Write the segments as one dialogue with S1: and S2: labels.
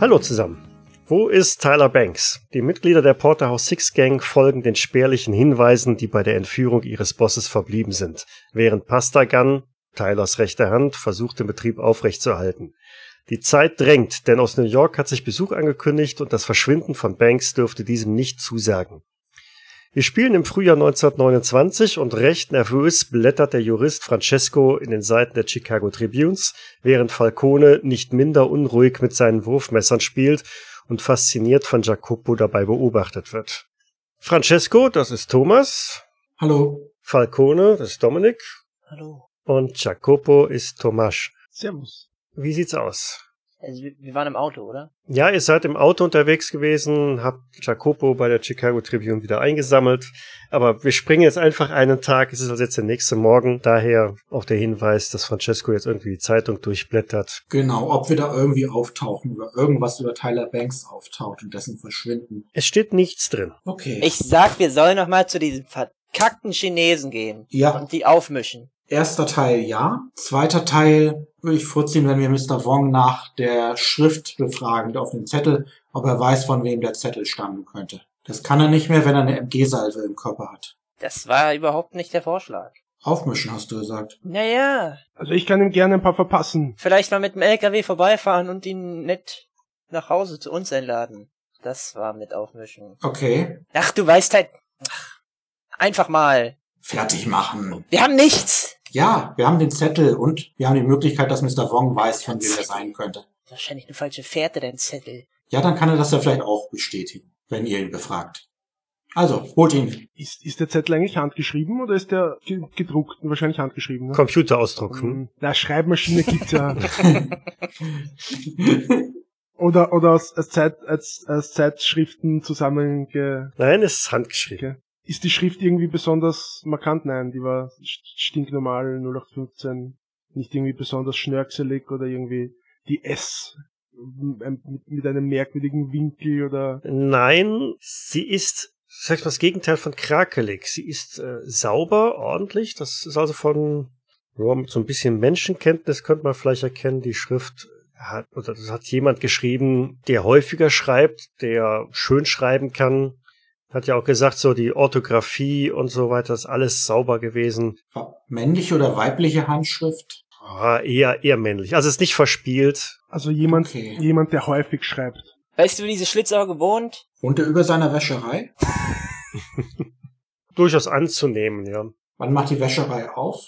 S1: Hallo zusammen. Wo ist Tyler Banks? Die Mitglieder der Porterhouse Six Gang folgen den spärlichen Hinweisen, die bei der Entführung ihres Bosses verblieben sind, während Pasta Gun, Tylers rechte Hand, versucht, den Betrieb aufrechtzuerhalten. Die Zeit drängt, denn aus New York hat sich Besuch angekündigt und das Verschwinden von Banks dürfte diesem nicht zusagen. Wir spielen im Frühjahr 1929 und recht nervös blättert der Jurist Francesco in den Seiten der Chicago Tribunes, während Falcone nicht minder unruhig mit seinen Wurfmessern spielt und fasziniert von Jacopo dabei beobachtet wird. Francesco, das ist Thomas.
S2: Hallo.
S1: Falcone, das ist Dominik.
S3: Hallo.
S1: Und Jacopo ist Tomasz.
S4: Servus.
S1: Wie sieht's aus?
S3: Also wir, wir waren im Auto, oder?
S1: Ja, ihr seid im Auto unterwegs gewesen, habt Jacopo bei der Chicago Tribune wieder eingesammelt. Aber wir springen jetzt einfach einen Tag, es ist also jetzt der nächste Morgen. Daher auch der Hinweis, dass Francesco jetzt irgendwie die Zeitung durchblättert.
S2: Genau, ob wir da irgendwie auftauchen oder irgendwas über Tyler Banks auftaucht und dessen Verschwinden.
S1: Es steht nichts drin.
S2: Okay.
S3: Ich sag, wir sollen noch mal zu diesem verkackten Chinesen gehen.
S2: Ja.
S3: Und die aufmischen.
S2: Erster Teil ja. Zweiter Teil würde ich vorziehen, wenn wir Mr. Wong nach der Schrift befragen auf dem Zettel, ob er weiß, von wem der Zettel stammen könnte. Das kann er nicht mehr, wenn er eine MG-Salve im Körper hat.
S3: Das war überhaupt nicht der Vorschlag.
S2: Aufmischen, hast du gesagt.
S3: Naja,
S4: Also ich kann ihm gerne ein paar verpassen.
S3: vielleicht mal mit dem LKW vorbeifahren und ihn nett nach Hause zu uns einladen. Das war mit aufmischen.
S2: Okay.
S3: Ach, du weißt halt. Ach, einfach mal.
S2: Fertig machen.
S3: Wir haben nichts.
S2: Ja, wir haben den Zettel und wir haben die Möglichkeit, dass Mr. Wong weiß, von wem er sein könnte.
S3: Wahrscheinlich eine falsche Fährte, dein Zettel.
S2: Ja, dann kann er das ja vielleicht auch bestätigen, wenn ihr ihn befragt. Also, holt ihn.
S4: Ist, ist der Zettel eigentlich handgeschrieben oder ist der ge- gedruckt? Wahrscheinlich handgeschrieben. Ne?
S1: Computerausdruck. Hm?
S4: Hm, Na, Schreibmaschine gibt's ja. oder oder aus, als, Zeit, als, als Zeitschriften zusammenge...
S1: Nein, es ist handgeschrieben.
S4: Okay. Ist die Schrift irgendwie besonders markant? Nein, die war st- stinknormal 0815, nicht irgendwie besonders schnörkselig oder irgendwie die S m- ein- mit, mit einem merkwürdigen Winkel oder
S1: Nein, sie ist, sag ich mal, das Gegenteil von krakelig. Sie ist äh, sauber, ordentlich. Das ist also von ja, mit so ein bisschen Menschenkenntnis könnte man vielleicht erkennen, die Schrift hat, oder das hat jemand geschrieben, der häufiger schreibt, der schön schreiben kann. Hat ja auch gesagt, so die Orthographie und so weiter ist alles sauber gewesen.
S2: Männliche oder weibliche Handschrift?
S1: Ah, eher, eher männlich. Also es ist nicht verspielt.
S4: also jemand,
S2: Okay.
S4: jemand, der häufig schreibt.
S3: Weißt du, wie diese Schlitzauge wohnt?
S2: Und der über seiner Wäscherei?
S1: Durchaus anzunehmen, ja.
S2: Wann macht die Wäscherei auf?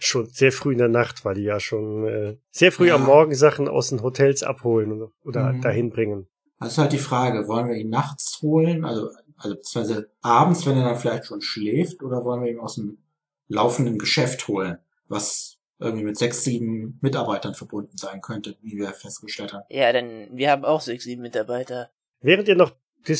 S1: schon sehr früh in der Nacht, weil die ja schon äh, sehr früh
S2: Ja.
S1: am Morgen Sachen aus den Hotels abholen oder- oder
S2: Mhm.
S1: dahin bringen.
S2: Das ist halt die Frage, wollen wir ihn nachts holen? Also, also beziehungsweise abends, wenn er dann vielleicht schon schläft, oder wollen wir ihn aus dem laufenden Geschäft holen, was irgendwie mit sechs, sieben Mitarbeitern verbunden sein könnte, wie wir festgestellt haben.
S3: Ja, denn wir haben auch sechs, sieben Mitarbeiter.
S1: Während ihr noch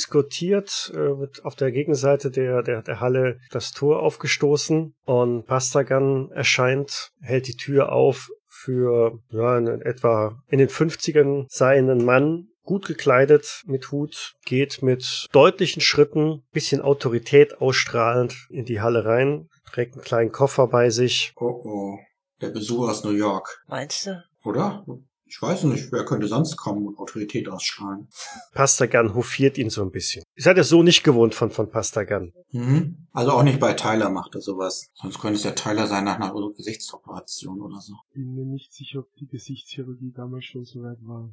S1: diskutiert, äh, wird auf der Gegenseite der, der, der Halle das Tor aufgestoßen und Pastagan erscheint, hält die Tür auf für ja, einen etwa in den 50ern seienden Mann, gut gekleidet, mit Hut, geht mit deutlichen Schritten, bisschen Autorität ausstrahlend in die Halle rein, trägt einen kleinen Koffer bei sich
S2: Oh oh, der Besuch aus New York,
S3: Meinst du?
S2: oder? Ich weiß nicht, wer könnte sonst kommen und Autorität ausstrahlen?
S1: Pastagan hofiert ihn so ein bisschen. Ihr seid ja so nicht gewohnt von, von Pastagan.
S2: Mhm. Also auch nicht bei Tyler macht er sowas. Sonst könnte es ja Tyler sein nach einer Gesichtsoperation oder so.
S4: Bin mir nicht sicher, ob die Gesichtschirurgie damals schon so weit war.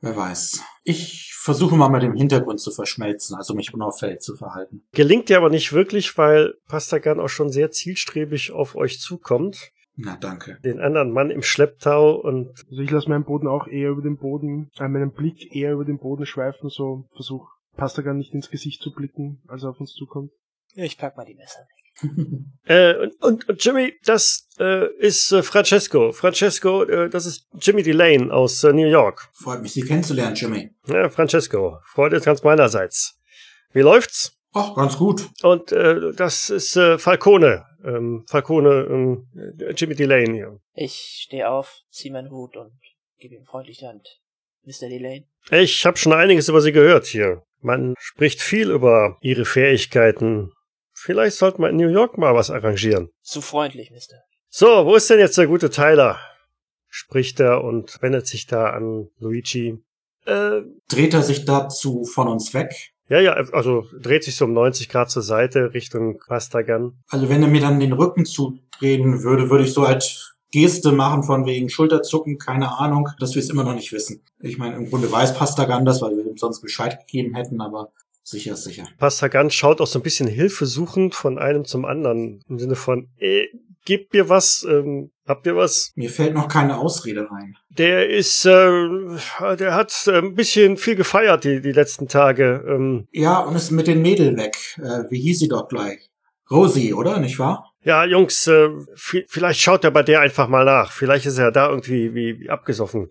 S2: Wer weiß. Ich versuche mal mit dem Hintergrund zu verschmelzen, also mich unauffällig zu verhalten.
S1: Gelingt dir aber nicht wirklich, weil Pastagan auch schon sehr zielstrebig auf euch zukommt.
S2: Na, danke.
S1: Den anderen Mann im Schlepptau und
S4: Also ich lasse meinen Boden auch eher über den Boden, äh, meinen Blick eher über den Boden schweifen, so versuch passt er gar nicht ins Gesicht zu blicken, als er auf uns zukommt.
S3: Ja, ich pack mal die Messer.
S1: äh, und, und, und Jimmy, das äh, ist äh, Francesco. Francesco, äh, das ist Jimmy Delane aus äh, New York.
S2: Freut mich, Sie kennenzulernen, Jimmy.
S1: Ja, Francesco, Freude ist ganz meinerseits. Wie läuft's?
S2: Ach, ganz gut.
S1: Und äh, das ist äh, Falcone. Ähm, Falcone, ähm, äh, Jimmy Delane hier.
S3: Ich stehe auf, zieh meinen Hut und gebe ihm freundlich die Hand. Mr. Delane.
S1: Ich habe schon einiges über sie gehört hier. Man spricht viel über ihre Fähigkeiten. Vielleicht sollte man in New York mal was arrangieren.
S3: Zu freundlich, Mister.
S1: So, wo ist denn jetzt der gute Tyler? spricht er und wendet sich da an Luigi. Äh,
S2: Dreht er sich dazu von uns weg?
S1: ja, ja, also dreht sich so um 90 Grad zur Seite Richtung Pastagan.
S2: Also wenn er mir dann den Rücken zudrehen würde, würde ich so als Geste machen von wegen Schulterzucken, keine Ahnung, dass wir es immer noch nicht wissen. Ich meine, im Grunde weiß Pastagan das, weil wir ihm sonst Bescheid gegeben hätten, aber sicher ist sicher.
S1: Pastagan schaut auch so ein bisschen hilfesuchend von einem zum anderen im Sinne von, äh, gebt mir was, ähm, habt ihr was?
S2: Mir fällt noch keine Ausrede ein.
S1: Der ist, äh, der hat äh, ein bisschen viel gefeiert die, die letzten Tage. Ähm,
S2: Ja, und ist mit den Mädel weg. Äh, wie hieß sie dort gleich? Rosi, oder? Nicht wahr?
S1: ja, Jungs, äh, vi- vielleicht schaut er bei der einfach mal nach. Vielleicht ist er da irgendwie wie, wie abgesoffen.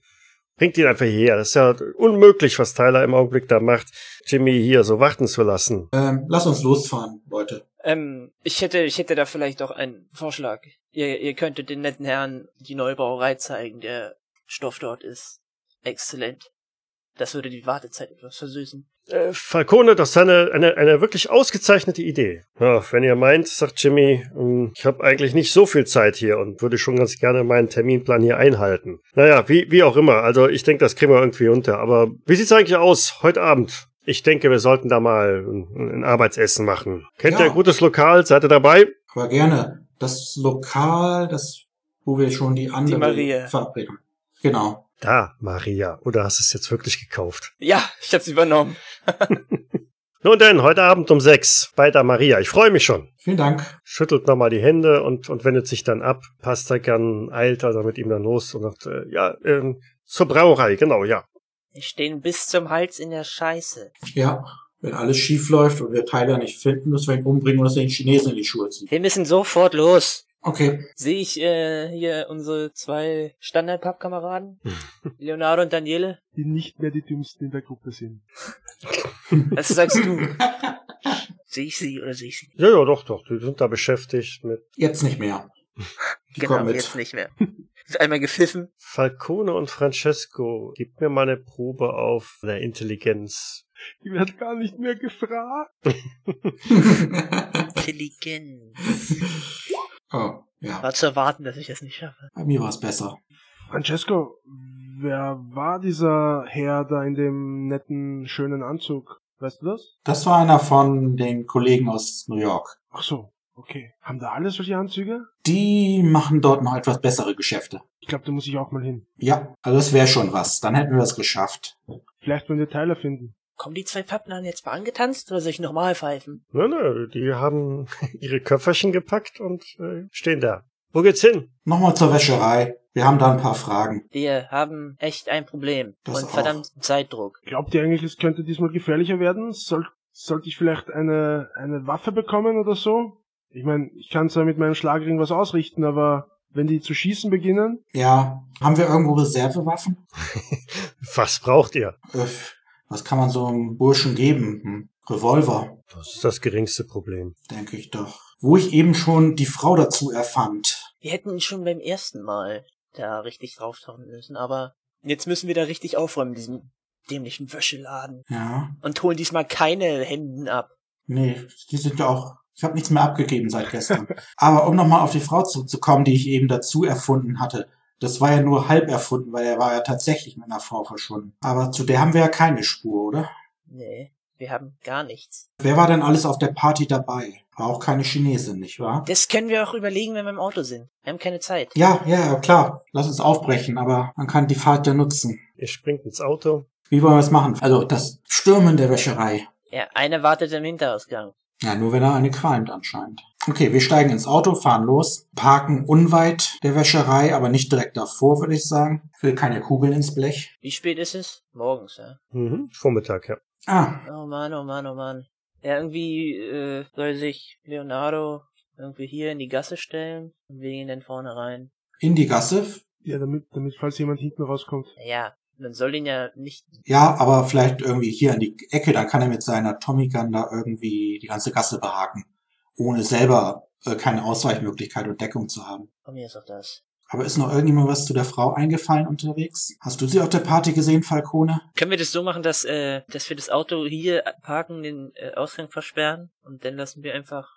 S1: Bringt ihn einfach hierher. Das ist ja unmöglich, was Tyler im Augenblick da macht, Jimmy hier so warten zu lassen.
S2: Ähm, lass uns losfahren, Leute.
S3: Ähm, ich hätte, ich hätte da vielleicht doch einen Vorschlag. Ihr, ihr könntet den netten Herrn die neue Brauerei zeigen. Der Stoff dort ist exzellent. Das würde die Wartezeit etwas versüßen.
S1: Äh, Falcone, das ist eine, eine, eine wirklich ausgezeichnete Idee. Ja, wenn ihr meint, sagt Jimmy, ähm, ich habe eigentlich nicht so viel Zeit hier und würde schon ganz gerne meinen Terminplan hier einhalten. Naja, wie, wie auch immer. Also ich denke, das kriegen wir irgendwie unter. Aber wie sieht's eigentlich aus heute Abend? Ich denke, wir sollten da mal ein, ein Arbeitsessen machen. Kennt
S2: Ja.
S1: ihr ein gutes Lokal? Seid ihr dabei?
S2: Aber gerne. Das Lokal, das, wo wir schon die andere
S3: Maria.
S2: Verabredung. Genau.
S1: Da, Maria. Oder hast du es jetzt wirklich gekauft?
S3: Ja, ich hab's übernommen.
S1: Nun denn, heute Abend um sechs bei der Maria. Ich freue mich schon.
S2: Vielen Dank.
S1: schüttelt nochmal die Hände und, und wendet sich dann ab. Pastagan eilt also mit ihm dann los und sagt, äh, ja, ähm, zur Brauerei, genau, ja.
S3: Wir stehen bis zum Hals in der Scheiße.
S2: Ja, wenn alles schief läuft und wir Tyler nicht finden, müssen wir ihn umbringen und das den Chinesen in die Schuhe ziehen.
S3: Wir müssen sofort los.
S2: Okay.
S3: Sehe ich äh, hier unsere zwei Standard-Pub-Kameraden, Leonardo und Daniele?
S4: die nicht mehr die dümmsten in der Gruppe sind.
S3: Was Also sagst du? sehe ich sie oder sehe ich sie nicht?
S1: Ja, ja, doch, doch, die sind da beschäftigt mit
S2: Jetzt nicht mehr. Die
S3: Genau,
S2: kommen mit.
S3: jetzt nicht mehr. Ist einmal gepfiffen.
S1: Falcone und Francesco. Gib mir mal eine Probe auf der Intelligenz.
S4: Die werden gar nicht mehr gefragt.
S3: Intelligent.
S2: oh, ja.
S3: War zu erwarten, dass ich das nicht schaffe.
S2: Bei mir war es besser.
S4: Francesco, wer war dieser Herr da in dem netten, schönen Anzug? Weißt du das?
S2: Das war einer von den Kollegen aus New York.
S4: Ach so, okay. Haben da alle solche Anzüge?
S2: Die machen dort noch etwas bessere Geschäfte.
S4: Ich glaube, da muss ich auch mal hin.
S2: Ja, also es wäre schon was. Dann hätten wir das geschafft.
S4: Vielleicht wollen wir Tyler finden.
S3: Kommen die zwei Pappnahen jetzt mal angetanzt oder soll ich nochmal pfeifen?
S1: Nö, nö, die haben ihre Köfferchen gepackt und äh, stehen da. Wo geht's hin?
S2: Nochmal zur Wäscherei. Wir haben da ein paar Fragen.
S3: Wir haben echt ein Problem.
S2: Das
S3: und
S2: auch.
S3: verdammt Zeitdruck.
S4: Glaubt ihr eigentlich, es könnte diesmal gefährlicher werden? Soll, sollte ich vielleicht eine, eine Waffe bekommen oder so? Ich meine, ich kann zwar mit meinem Schlagring was ausrichten, aber wenn die zu schießen beginnen,
S2: Ja, haben wir irgendwo Reservewaffen?
S1: Was braucht ihr?
S2: Öff, was kann man so einem Burschen geben? Hm? Revolver,
S1: Das ist das geringste Problem.
S2: denke ich doch. Wo ich eben schon die Frau dazu erfand.
S3: Wir hätten ihn schon beim ersten Mal da richtig drauftauchen müssen, aber jetzt müssen wir da richtig aufräumen, diesen dämlichen Wäscheladen.
S2: Ja,
S3: Und holen diesmal keine Hemden ab.
S2: nee, die sind ja auch... Ich habe nichts mehr abgegeben seit gestern. Aber um nochmal auf die Frau zurückzukommen, die ich eben dazu erfunden hatte. Das war ja nur halb erfunden, weil er war ja tatsächlich mit einer Frau verschwunden. Aber zu der haben wir ja keine Spur, oder?
S3: Nee, wir haben gar nichts.
S2: Wer war denn alles auf der Party dabei? War auch keine Chinesin, nicht wahr?
S3: Das können wir auch überlegen, wenn wir im Auto sind. Wir haben keine Zeit.
S2: Ja, ja, ja, klar. Lass uns aufbrechen, aber man kann die Fahrt ja nutzen.
S1: Ihr springt ins Auto.
S2: Wie wollen wir es machen? Also das Stürmen der Wäscherei.
S3: Ja, einer wartet im Hinterausgang.
S2: Ja, nur wenn er eine qualmt anscheinend. Okay, wir steigen ins Auto, fahren los, parken unweit der Wäscherei, aber nicht direkt davor, würde ich sagen. Ich will keine Kugeln ins Blech.
S3: Wie spät ist es? Morgens, ja.
S1: Mhm, Vormittag, ja.
S2: Ah,
S3: Oh Mann, oh Mann, oh Mann. Ja, irgendwie äh, soll sich Leonardo irgendwie hier in die Gasse stellen und wir gehen dann vorne rein.
S2: in die Gasse?
S4: ja, damit, damit falls jemand hinten rauskommt.
S3: Naja, man soll ihn ja nicht...
S2: Ja, aber vielleicht irgendwie hier in die Ecke, dann kann er mit seiner Tommy Gun da irgendwie die ganze Gasse behaken, ohne selber äh, keine Ausweichmöglichkeit und Deckung zu haben.
S3: Komm, hier ist auf das.
S2: Aber ist noch irgendjemand was zu der Frau eingefallen unterwegs? Hast du sie auf der Party gesehen, Falcone?
S3: Können wir das so machen, dass, äh, dass wir das Auto hier parken, den äh, Ausgang versperren und dann lassen wir einfach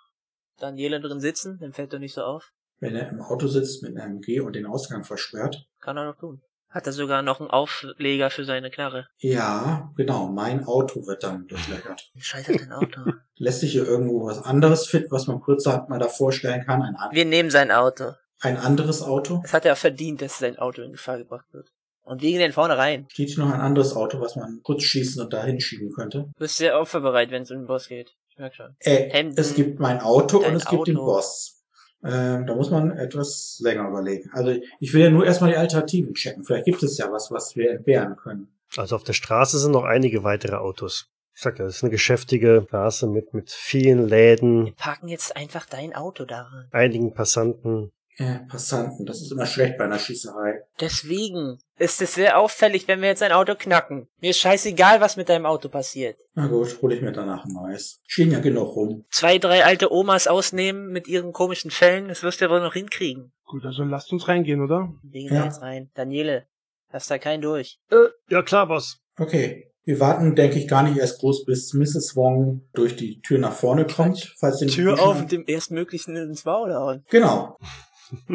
S3: Daniela drin sitzen? Dann fällt er nicht so auf.
S2: Wenn er im Auto sitzt mit einem G und den Ausgang versperrt.
S3: Kann er noch tun. Hat er sogar noch einen Aufleger für seine Knarre.
S2: Ja, genau. Mein Auto wird dann durchlöchert.
S3: Wie scheitert dein Auto?
S2: Lässt sich hier irgendwo was anderes finden, was man kurzerhand mal da vorstellen kann? Ein, an
S3: Wir nehmen sein Auto.
S2: ein anderes Auto?
S3: Es hat er verdient, dass sein Auto in Gefahr gebracht wird. Und wir gehen den vorne rein.
S2: Steht hier noch ein anderes Auto, was man kurz schießen und da hinschieben könnte?
S3: Du bist sehr opferbereit, wenn es um den Boss geht. Ich merk schon.
S2: Äh,
S3: Hemden,
S2: es gibt mein Auto
S3: Ähm, dein
S2: und es gibt den
S3: Auto.
S2: Boss. Ähm, da muss man etwas länger überlegen. Also ich will ja nur erstmal die Alternativen checken. Vielleicht gibt es ja was, was wir entbehren können.
S1: Also auf der Straße sind noch einige weitere Autos. Ich sag ja, das ist eine geschäftige Straße mit, mit vielen Läden,
S3: Wir parken jetzt einfach dein Auto da.
S1: einigen Passanten.
S2: Äh, Passanten, das ist immer schlecht bei einer Schießerei.
S3: Deswegen ist es sehr auffällig, wenn wir jetzt ein Auto knacken. Mir ist scheißegal, was mit deinem Auto passiert.
S2: Na gut, hole ich mir danach ein neues. Schien ja genug rum.
S3: Zwei, drei alte Omas ausnehmen mit ihren komischen Fällen, das wirst du ja wohl noch hinkriegen.
S4: Gut, also lasst uns reingehen, oder?
S3: Wir
S2: Ja.
S3: gehen jetzt rein. Daniele, lass da keinen durch.
S1: Ja klar, Boss.
S2: Okay. Wir warten, denke ich, gar nicht erst groß, bis Mrs. Wong durch die Tür nach vorne kommt. Falls sie nicht
S3: Tür
S2: gesehen
S3: auf
S2: haben.
S3: und dem erstmöglichen ins Maul hauen.
S2: Genau.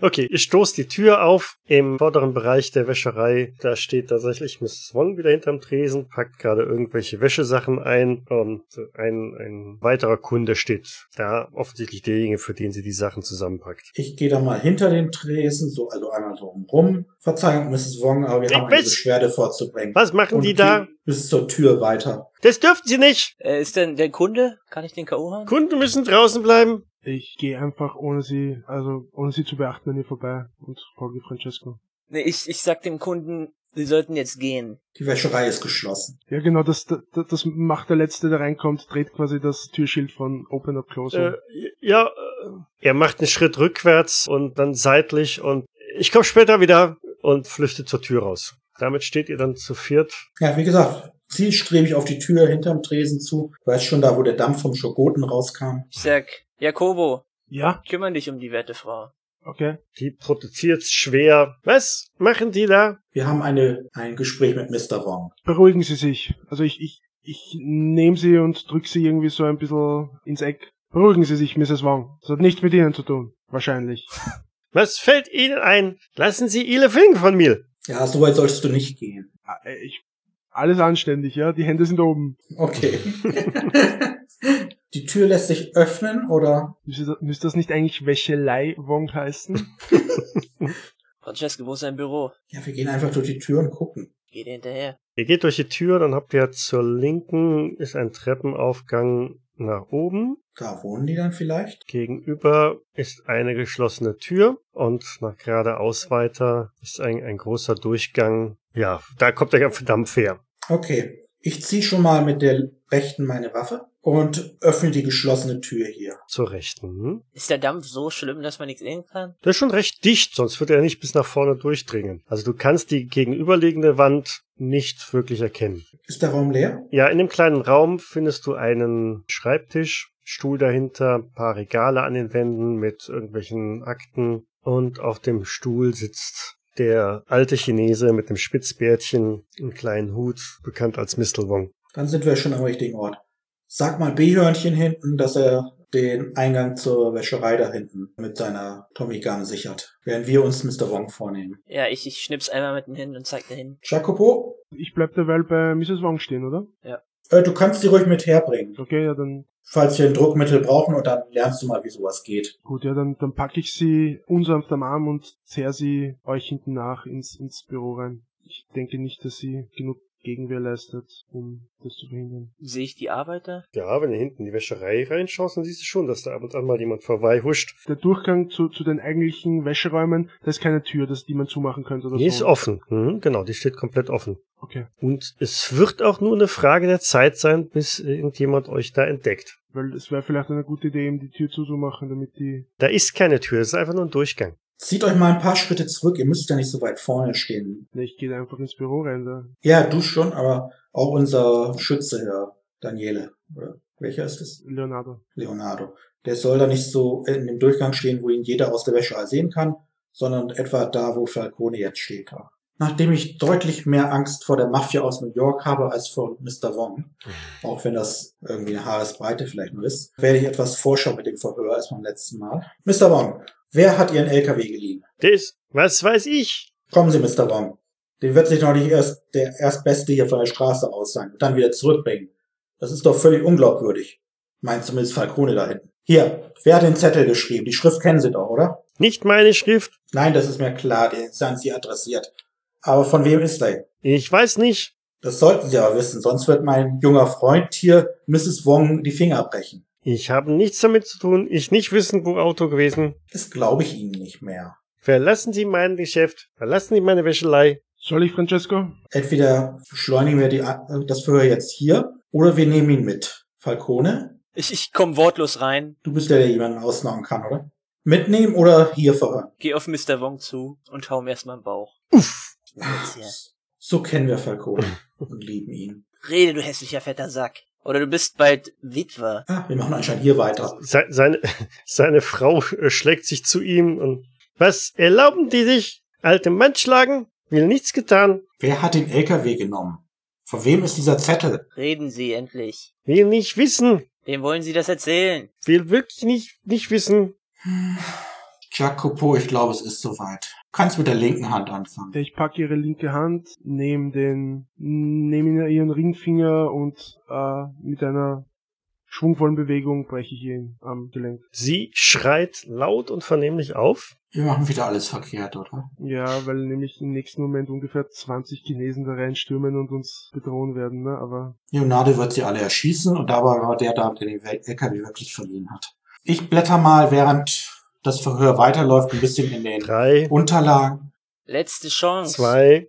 S1: Okay, ich stoß die Tür auf im vorderen Bereich der Wäscherei. Da steht tatsächlich Mrs. Wong wieder hinterm Tresen, packt gerade irgendwelche Wäschesachen ein und ein, ein weiterer Kunde steht da, offensichtlich derjenige, für den sie die Sachen zusammenpackt.
S2: Ich gehe da mal hinter den Tresen, so, also einmal so rum. Verzeihung, Mrs. Wong, aber wir
S1: Ich
S2: haben eine
S1: bin's.
S2: Beschwerde vorzubringen.
S1: Was machen die da?
S2: gehen Bis zur Tür weiter.
S1: Das dürfen sie nicht!
S3: Äh, ist denn der Kunde? Kann ich den K.O. hauen?
S1: Kunden müssen draußen bleiben!
S4: Ich gehe einfach ohne sie, also ohne sie zu beachten, an ihr vorbei und folge Francesco.
S3: Nee, ich, ich sag dem Kunden, sie sollten jetzt gehen.
S2: Die Wäscherei ist geschlossen.
S4: Ja, genau, das, das, das macht der Letzte, der reinkommt, dreht quasi das Türschild von Open Up Close. um.
S1: Äh, ja, äh, er macht einen Schritt rückwärts und dann seitlich und ich komme später wieder und flüchtet zur Tür raus. Damit steht ihr dann zu viert
S2: Ja, wie gesagt, zielstrebig auf die Tür hinterm Tresen zu. Du weißt schon da, wo der Dampf vom Schokoten rauskam.
S3: Ich sag, Jakobo,
S4: Ja,
S3: kümmere dich um die werte Frau.
S4: okay.
S1: Die produziert schwer. Was machen die da?
S2: Wir haben eine, ein Gespräch mit Mr. Wong.
S4: Beruhigen Sie sich. Also ich, ich, ich nehme sie und drücke sie irgendwie so ein bisschen ins Eck. Beruhigen Sie sich, Mrs. Wong. Das hat nichts mit Ihnen zu tun. Wahrscheinlich.
S1: Was fällt ihnen ein? Lassen Sie ihre Finger von mir.
S2: Ja, so weit solltest du nicht gehen.
S4: Ah, äh, Ich, alles anständig, ja? Die Hände sind oben.
S2: Okay. die Tür lässt sich öffnen oder?
S4: Müsste das- müsste das nicht eigentlich Wäschelei Wong heißen?
S3: Francesco, wo ist sein Büro?
S2: Ja, wir gehen einfach durch die Tür und gucken.
S3: Geh dir hinterher.
S1: Ihr geht durch die Tür, dann habt ihr zur linken ist ein Treppenaufgang nach oben.
S2: Da wohnen die dann vielleicht?
S1: Gegenüber ist eine geschlossene Tür und nach geradeaus weiter ist ein, ein großer Durchgang. Ja, da kommt der ganze Dampf her.
S2: Okay. Ich zieh schon mal mit der rechten meine Waffe und öffne die geschlossene Tür hier.
S1: Zur rechten. Hm?
S3: Ist der Dampf so schlimm, dass man nichts sehen kann?
S1: Der ist schon recht dicht, sonst würde er nicht bis nach vorne durchdringen. Also du kannst die gegenüberliegende Wand nicht wirklich erkennen.
S2: Ist der Raum leer?
S1: Ja, in dem kleinen Raum findest du einen Schreibtisch, Stuhl dahinter, ein paar Regale an den Wänden mit irgendwelchen Akten und auf dem Stuhl sitzt der alte Chinese mit dem Spitzbärtchen, einem kleinen Hut, bekannt als Mistel Wong.
S2: Dann sind wir schon am richtigen Ort. Sag mal B-Hörnchen hinten, dass er den Eingang zur Wäscherei da hinten mit seiner Tommy Gun sichert, während wir uns Mr. Wong vornehmen.
S3: Ja, ich, ich schnipp's einmal mit dem hin und zeig dir hin.
S2: Jacopo,
S4: Ich bleib derweil bei Mrs. Wong stehen, oder?
S2: Äh, du kannst sie ruhig mit herbringen,
S4: Okay, ja, dann
S2: falls wir ein Druckmittel brauchen und dann lernst du mal, wie sowas geht.
S4: Gut, ja, dann, dann packe ich sie unsanft am Arm und zerr sie euch hinten nach ins, ins Büro rein. Ich denke nicht, dass sie genug Gegenwehr leistet, um das zu verhindern.
S3: Sehe ich die Arbeiter?
S1: Ja, wenn du hinten in die Wäscherei reinschaust, dann siehst du schon, dass da ab und an mal jemand vorbeihuscht.
S4: Der Durchgang zu, zu den eigentlichen Wäscheräumen, da ist keine Tür, das, die man zumachen könnte oder
S1: Die ist
S4: so.
S1: offen. Hm, genau, die steht komplett offen.
S4: Okay,
S1: Und es wird auch nur eine Frage der Zeit sein, bis irgendjemand euch da entdeckt.
S4: weil es wäre vielleicht eine gute Idee, eben die Tür zuzumachen, damit die...
S1: Da ist keine Tür, es ist einfach nur ein Durchgang.
S2: Zieht euch mal ein paar Schritte zurück, ihr müsst ja nicht so weit vorne stehen.
S4: Ne, ich gehe einfach ins Büro rein, da.
S2: Ja, du schon, aber auch unser Schütze, Herr Daniele. Oder welcher ist es?
S4: Leonardo.
S2: Leonardo. Der soll da nicht so in dem Durchgang stehen, wo ihn jeder aus der Wäscherei sehen kann, sondern etwa da, wo Falcone jetzt steht. Nachdem ich deutlich mehr Angst vor der Mafia aus New York habe als vor Mr. Wong, auch wenn das irgendwie eine Haaresbreite vielleicht nur ist, werde ich etwas forscher mit dem Verhör als beim letzten Mal. Mr. Wong, wer hat Ihren LKW geliehen?
S1: Das, was weiß ich?
S2: Kommen Sie, Mr. Wong. Den wird sich noch nicht erst der Erstbeste hier von der Straße aus sein und dann wieder zurückbringen. Das ist doch völlig unglaubwürdig. Meint zumindest Falcone da hinten. Hier, wer hat den Zettel geschrieben? Die Schrift kennen Sie doch, oder?
S1: Nicht meine Schrift.
S2: Nein, das ist mir klar, der ist an Sie adressiert. Aber von wem ist er?
S1: Ich weiß nicht.
S2: Das sollten Sie aber wissen, sonst wird mein junger Freund hier Mrs. Wong die Finger brechen.
S1: Ich habe nichts damit zu tun. Ich nicht wissen, wo Auto gewesen.
S2: Das glaube ich Ihnen nicht mehr.
S1: Verlassen Sie mein Geschäft. Verlassen Sie meine Wäschelei.
S4: Soll ich, Francesco?
S2: Entweder beschleunigen wir die, äh, das Verhör jetzt hier oder wir nehmen ihn mit. Falcone,
S3: Ich, ich komme wortlos rein,
S2: du bist der, der jemanden ausnahmen kann, oder? Mitnehmen oder hier verhören?
S3: gehe auf Mr. Wong zu und hau ihm erstmal im Bauch. Uff.
S2: So kennen wir Falcone und lieben ihn.
S3: Rede, du hässlicher fetter Sack. Oder du bist bald Witwer.
S2: Ah, wir machen anscheinend hier weiter.
S1: Se seine, seine Frau äh, schlägt sich zu ihm und was erlauben die sich? Alte Mann schlagen? Will nichts getan.
S2: Wer hat den LKW genommen? Von wem ist dieser Zettel?
S3: Reden Sie endlich.
S1: Will nicht wissen.
S3: Wem wollen Sie das erzählen?
S1: Will wirklich nicht, nicht wissen.
S2: Jacopo, ich glaube, es ist soweit. Kannst mit der linken Hand anfangen.
S4: Ich packe ihre linke Hand, nehme den, nehme ihren Ringfinger und äh, mit einer schwungvollen Bewegung breche ich ihn am Gelenk.
S1: Sie schreit laut und vernehmlich auf.
S2: Wir machen wieder alles verkehrt, oder?
S4: Ja, weil nämlich im nächsten Moment ungefähr 20 Chinesen da reinstürmen und uns bedrohen werden, ne? Aber
S2: Leonardo wird sie alle erschießen und dabei war der da, der den LKW wirklich verliehen hat. Ich blätter mal, während das Verhör weiterläuft, ein bisschen in den
S1: Drei,
S2: Unterlagen.
S3: Letzte Chance.
S1: zwei,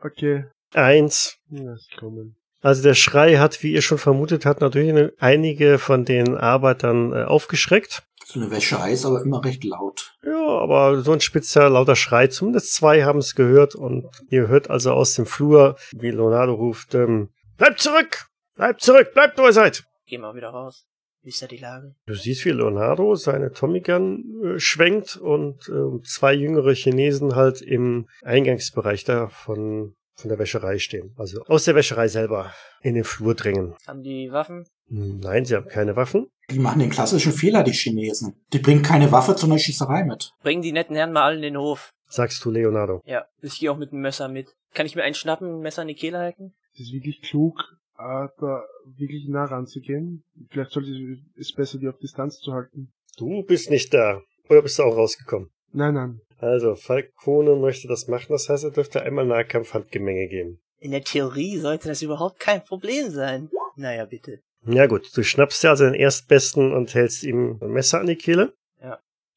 S4: okay,
S1: eins.
S4: lass kommen.
S1: Also der Schrei hat, wie ihr schon vermutet habt, natürlich eine- einige von den Arbeitern äh, aufgeschreckt.
S2: So eine Wäsche Eis, aber immer recht laut.
S1: Ja, aber so ein spitzer, lauter Schrei, zumindest zwei haben es gehört und ihr hört also aus dem Flur, wie Leonardo ruft, ähm, bleibt zurück, bleibt zurück, bleibt wo ihr seid.
S3: Geh mal wieder raus. Wie ist da die Lage?
S1: Du siehst, wie Leonardo seine Tommy Gun äh, schwenkt und ähm, zwei jüngere Chinesen halt im Eingangsbereich da von, von der Wäscherei stehen. Also aus der Wäscherei selber in den Flur drängen.
S3: Haben die Waffen?
S1: Nein, sie haben keine Waffen.
S2: Die machen den klassischen Fehler, die Chinesen. Die bringen keine Waffe zu einer Schießerei mit.
S3: Bring die netten Herren mal alle in den Hof.
S1: sagst du Leonardo.
S3: Ja, ich gehe auch mit dem Messer mit. Kann ich mir einen schnappen, ein Messer in die Kehle halten?
S4: Es ist wirklich klug, äh, da wirklich nah ranzugehen. Vielleicht sollte ich- ist besser, die auf Distanz zu halten.
S1: Du bist nicht da. Oder bist du auch rausgekommen?
S4: Nein, nein.
S1: Also, Falcone möchte das machen, das heißt, er dürfte einmal Nahkampfhandgemenge geben.
S3: In der Theorie sollte das überhaupt kein Problem sein. Naja, bitte.
S1: Na gut, du schnappst dir also den Erstbesten und hältst ihm ein Messer an die Kehle.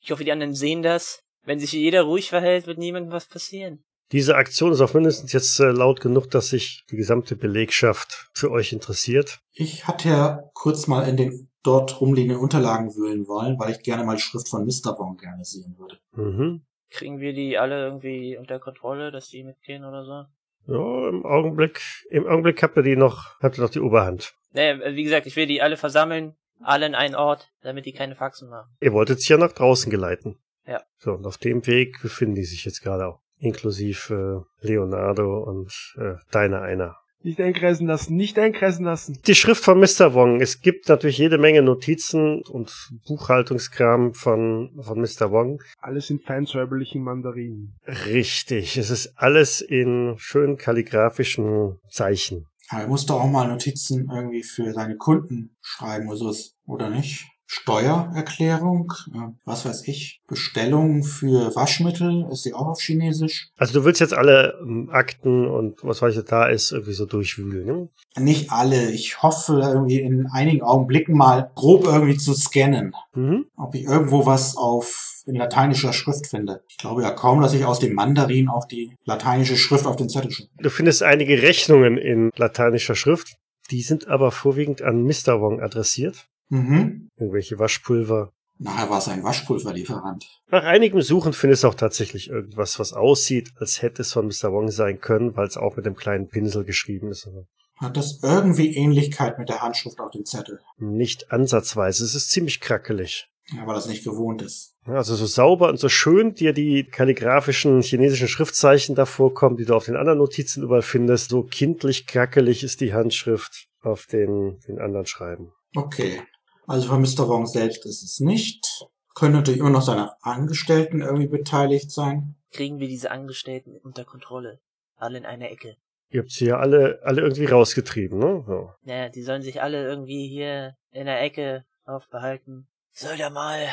S3: Ich hoffe, die anderen sehen das. Wenn sich jeder ruhig verhält, wird niemandem was passieren.
S1: Diese Aktion ist auch mindestens jetzt äh, laut genug, dass sich die gesamte Belegschaft für euch interessiert.
S2: Ich hatte ja kurz mal in den dort rumliegenden Unterlagen wühlen wollen, weil ich gerne mal die Schrift von Mr. Wong gerne sehen würde.
S1: Mhm.
S3: Kriegen wir die alle irgendwie unter Kontrolle, dass die mitgehen oder so?
S1: Ja, im Augenblick, im Augenblick habt ihr die noch, habt ihr noch die Oberhand.
S3: Naja, wie gesagt, ich will die alle versammeln, alle in einen Ort, damit die keine Faxen machen.
S1: Ihr wolltet sie ja nach draußen geleiten.
S3: Ja.
S1: So, und auf dem Weg befinden die sich jetzt gerade auch. Inklusive äh, Leonardo und äh, deiner einer.
S4: Nicht einkreisen lassen, nicht einkreisen lassen.
S1: Die Schrift von Mr. Wong. Es gibt natürlich jede Menge Notizen und Buchhaltungskram von, von Mr. Wong.
S4: Alles in feinsäuberlichen Mandarinen.
S1: Richtig. Es ist alles in schön kalligrafischen Zeichen.
S2: Aber er muss doch auch mal Notizen irgendwie für seine Kunden schreiben oder so, oder nicht? Steuererklärung, äh, was weiß ich, Bestellung für Waschmittel, ist sie auch auf Chinesisch?
S1: Also du willst jetzt alle ähm, Akten und was weiß ich da ist, irgendwie so durchwühlen. Ne?
S2: Nicht alle. Ich hoffe, irgendwie in einigen Augenblicken mal grob irgendwie zu scannen,
S1: Mhm.
S2: ob ich irgendwo was auf in lateinischer Schrift finde. Ich glaube ja kaum, dass ich aus dem Mandarin auch die lateinische Schrift auf den Zettel schreibe.
S1: Du findest einige Rechnungen in lateinischer Schrift. Die sind aber vorwiegend an Mr. Wong adressiert.
S2: Mhm.
S1: Irgendwelche Waschpulver,
S2: Nachher war es ein Waschpulverlieferant.
S1: Nach einigem Suchen findest du auch tatsächlich irgendwas, was aussieht, als hätte es von Mr. Wong sein können, weil es auch mit dem kleinen Pinsel geschrieben ist. aber
S2: Hat das irgendwie Ähnlichkeit mit der Handschrift auf dem Zettel?
S1: Nicht ansatzweise. Es ist ziemlich krackelig.
S2: Ja, weil das nicht gewohnt ist.
S1: Ja, Also so sauber und so schön dir die kalligraphischen chinesischen Schriftzeichen da vorkommen, die du auf den anderen Notizen überall findest, so kindlich krackelig ist die Handschrift auf den, den anderen Schreiben.
S2: Okay. Also von Mr. Wong selbst ist es nicht. Können natürlich immer noch seine Angestellten irgendwie beteiligt sein.
S3: kriegen wir diese Angestellten unter Kontrolle. Alle in einer Ecke.
S1: Ihr habt sie ja alle, alle irgendwie rausgetrieben, ne? So.
S3: Naja, die sollen sich alle irgendwie hier in der Ecke aufbehalten. Soll da mal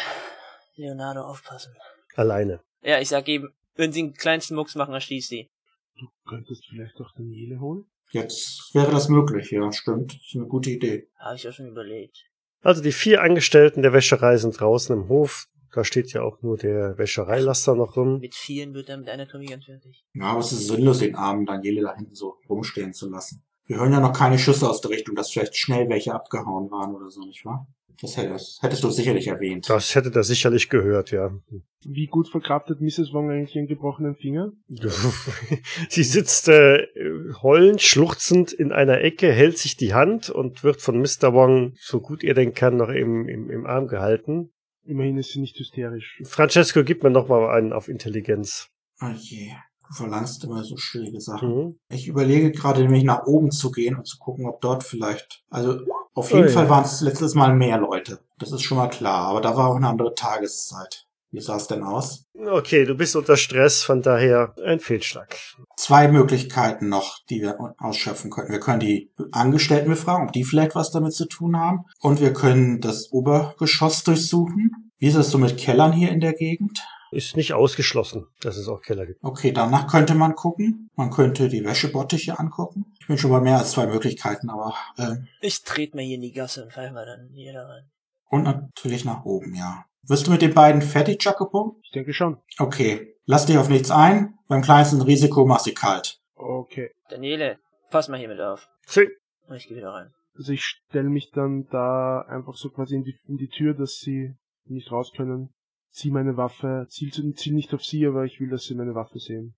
S3: Leonardo aufpassen.
S1: Alleine.
S3: Ja, ich sag eben, wenn sie einen kleinsten Mucks machen, erschießt sie.
S4: Du könntest vielleicht auch Daniele holen?
S2: Jetzt wäre das möglich, ja, stimmt. Ist eine gute Idee.
S3: Habe ich ja schon überlegt.
S1: Also die vier Angestellten der Wäscherei sind draußen im Hof. Da steht ja auch nur der Wäschereilaster noch rum.
S3: Mit vielen wird dann mit einer Tommy ganz fertig.
S2: Ja, aber es ist sinnlos, den armen Daniele da hinten so rumstehen zu lassen. Wir hören ja noch keine Schüsse aus der Richtung, dass vielleicht schnell welche abgehauen waren oder so, nicht wahr? Das hättest, hättest du sicherlich erwähnt.
S1: Das hätte er sicherlich gehört, ja.
S4: Wie gut verkraftet Mrs. Wong eigentlich ihren gebrochenen Finger?
S1: Sie sitzt äh, heulend, schluchzend in einer Ecke, hält sich die Hand und wird von Mr. Wong, so gut er denn kann, noch im, im, im Arm gehalten.
S4: Immerhin ist sie nicht hysterisch.
S1: Francesco, gib mir nochmal einen auf Intelligenz.
S2: Oh je, du verlangst immer so schwierige Sachen.
S1: Mhm.
S2: Ich überlege gerade nämlich nach oben zu gehen und zu gucken, ob dort vielleicht. Also auf jeden
S1: Oh ja.
S2: Fall waren es letztes Mal mehr Leute. Das ist schon mal klar, aber da war auch eine andere Tageszeit. Wie sah es denn aus?
S1: Okay, du bist unter Stress, von daher ein Fehlschlag.
S2: Zwei Möglichkeiten noch, die wir ausschöpfen können. Wir können die Angestellten befragen, ob die vielleicht was damit zu tun haben. Und wir können das Obergeschoss durchsuchen. Wie ist es so mit Kellern hier in der Gegend?
S1: Ist nicht ausgeschlossen, dass es auch Keller gibt.
S2: Okay, danach könnte man gucken. Man könnte die Wäschebottiche angucken. Ich bin schon bei mehr als zwei Möglichkeiten, aber äh,
S3: Ich trete mal hier in die Gasse und fall mal dann hier da rein.
S2: und natürlich nach oben, ja. Wirst du mit den beiden fertig, Jacopo?
S4: Ich denke schon.
S2: Okay, lass dich auf nichts ein. Beim kleinsten Risiko machst du kalt.
S4: Okay.
S3: Daniele, pass mal hier mit auf.
S1: Zing.
S3: Und ich gehe wieder rein.
S4: Also ich stelle mich dann da einfach so quasi in die, in die Tür, dass sie nicht raus können. Zieh meine Waffe, ziel, zu- ziel nicht auf sie, aber ich will, dass sie meine Waffe sehen.